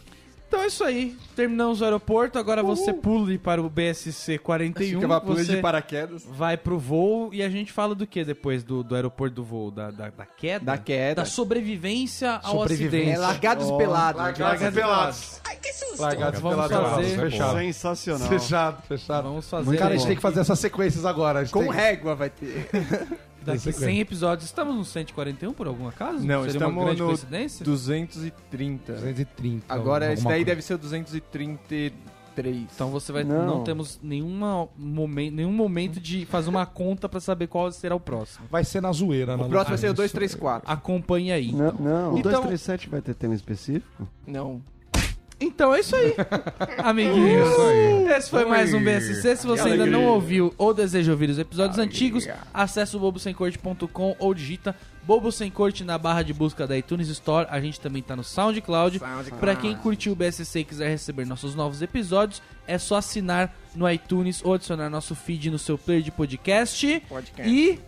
Então é isso aí. Terminamos o aeroporto, agora você pule para o BSC 41.
Ficava pulando
você
de paraquedas.
vai pro voo e a gente fala do que depois do, do aeroporto do voo? Da, da, da queda?
Da queda.
tá
Da sobrevivência ao
É
acidente.
largados e pelados. né?
Largados e pelados.
Largados
Vamos fazer-
Fechado.
Sensacional.
Fechado, fechado.
Tá, Vamos fazer
Cara, a gente tem que fazer essas sequências agora. a gente
Com
tem-
régua vai ter.
daqui 100 episódios. Estamos no 141 por algum acaso?
Não,
Seria
estamos
uma grande
no
coincidência?
230.
230.
Agora, esse
alguma
daí
coisa.
deve ser o 233.
Então você vai não,
Não.
temos nenhuma momen- nenhum momento de fazer uma conta pra saber qual será o próximo.
Vai ser na zoeira. né? na
O próximo vai ser o
loucura.
234.
Acompanhe aí.
Não, não.
O
Então-
237 vai ter tema específico?
é-
Não.
Então é isso aí, amiguinhos. Esse foi
Oi.
mais um BSC. Se você ainda não ouviu ou deseja ouvir os episódios antigos, acesse o bobosemcorte.com ou digita Bobo Sem Corte na barra de busca da iTunes Store. A gente também tá no SoundCloud. Pra quem curtiu o BSC e quiser receber nossos novos episódios, é só assinar no iTunes ou adicionar nosso feed no seu player de podcast.
Podcast.
E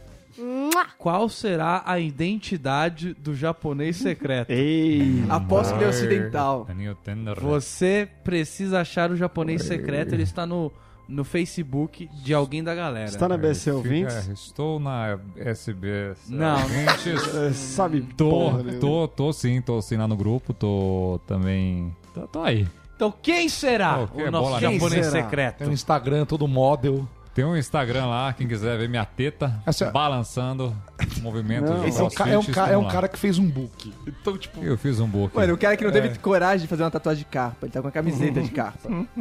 qual será a identidade do japonês secreto?
Ei!
Aposto que ele é ocidental.
Aninho Tender.
É. Você precisa achar o japonês secreto, ele está no, no Facebook de alguém da galera.
Está na BSC ouvintes?
É, estou na SBS.
Não.
[laughs]
Ouvintes.
É, sabe,
Tô,
porra, né?
tô, tô sim, tô sim lá no grupo, tô também. Tô, tô aí.
Então quem será
Oh, que
o nosso
bola, né?
japonês
Quem será?
secreto?
Tem um Instagram todo model.
Tem um Instagram lá, quem quiser ver minha teta
Essa-
balançando movimentos de
Esse é um, ca- é um
crossfit,
ca- é um
estamos lá.
cara que fez um book.
Eu fiz um book.
Mano, o cara que não
É.
teve coragem de fazer uma tatuagem de carpa. Ele tá com uma
[laughs]
camiseta de carpa.
[laughs]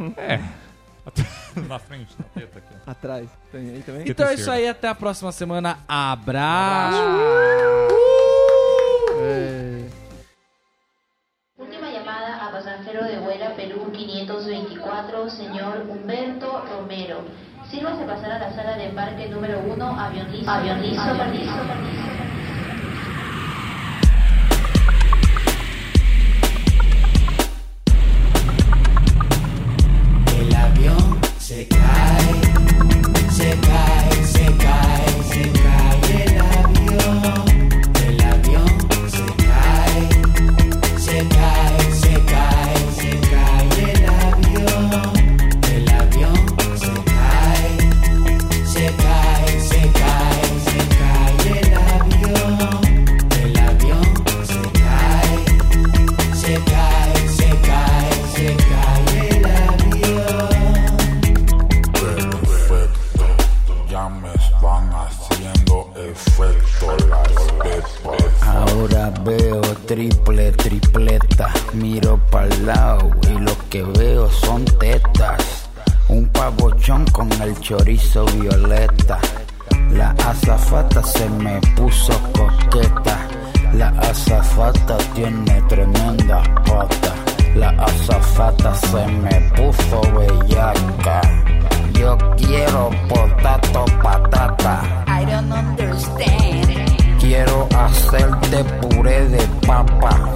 na frente, na teta aqui.
Atrás. Tem aí também?
Então é
Peter
isso aí, até a próxima semana. Abraço!
Última llamada a pasajero de vuela Perú 524, señor Humberto Romero. Sírvase pasar a la sala de embarque número 1, avión liso, avión liso, avión liso, avión liso.
El avión se cae, se cae, se cae, se cae el avión. El avión se cae, se cae, se cae, se cae el avión. El avión se cae, se cae, se cae, se cae el avión. El avión se cae. Se cae, se cae, se cae el avión.
Perfecto, ya me están haciendo efecto las pepas.
Ahora veo triple, tripleta. Miro para lado y lo que veo son tetas. Un pavochón con el chorizo violeta. La azafata se me puso coqueta. La azafata tiene tremenda pata. La azafata se me puso bellaca. Yo quiero potato patata.
I don't understand.
Quiero hacerte puré de papa.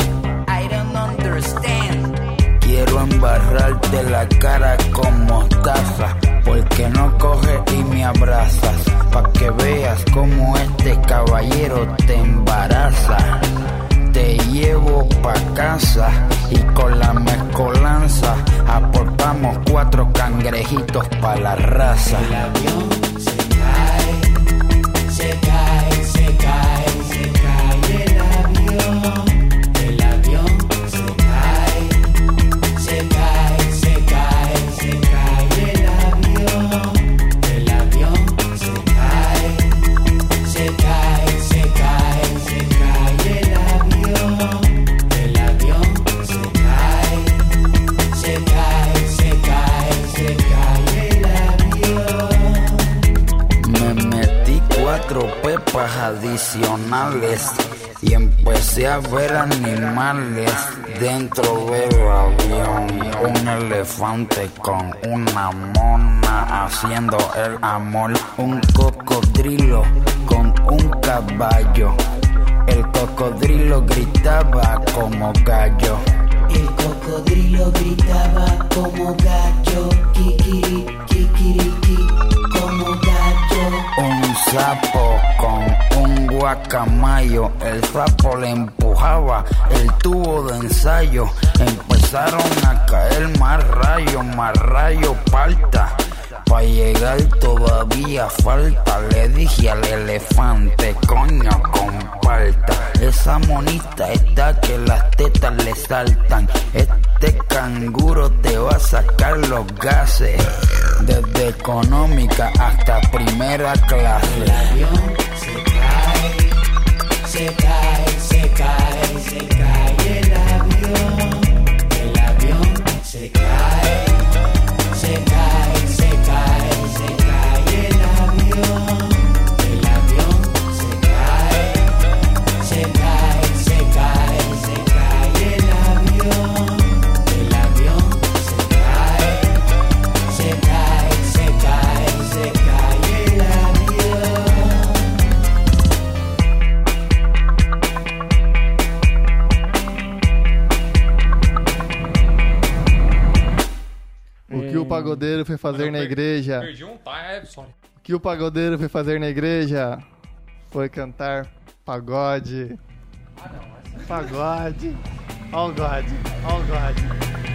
I don't understand.
Quiero embarrarte la cara con mostaza. Porque no coges y me abrazas. Pa' que veas cómo este caballero te embaraza. Te llevo pa' casa y con la mezcolanza aportamos cuatro cangrejitos pa' la raza. El avión se cae,
adicionales y empecé a ver animales dentro del avión. Un elefante con una mona haciendo el amor. Un cocodrilo con un caballo. El cocodrilo gritaba como gallo.
El cocodrilo gritaba como gallo, kikiri, kikiriki, como gallo.
Un sapo con un guacamayo, el sapo le empujaba el tubo de ensayo. Empezaron a caer más rayos, más rayos, palta. Pa' llegar todavía falta, le dije al elefante, coño, comparta. Esa monita está que las tetas le saltan. Este canguro te va a sacar los gases. Desde económica hasta primera clase.
Se cae, se cae, se cae el avión. El avión se cae, se cae, se cae, se cae el avión. El avión se cae, se cae, se cae, se cae el avión. El avión se cae, se cae, se cae, se cae el avión.
O que o pagodeiro foi fazer na
É.
igreja?
Perdi um time, sorry.
O que o pagodeiro foi fazer na igreja? Foi cantar pagode. Ah, não. Pagode. Oh, God. Oh, God.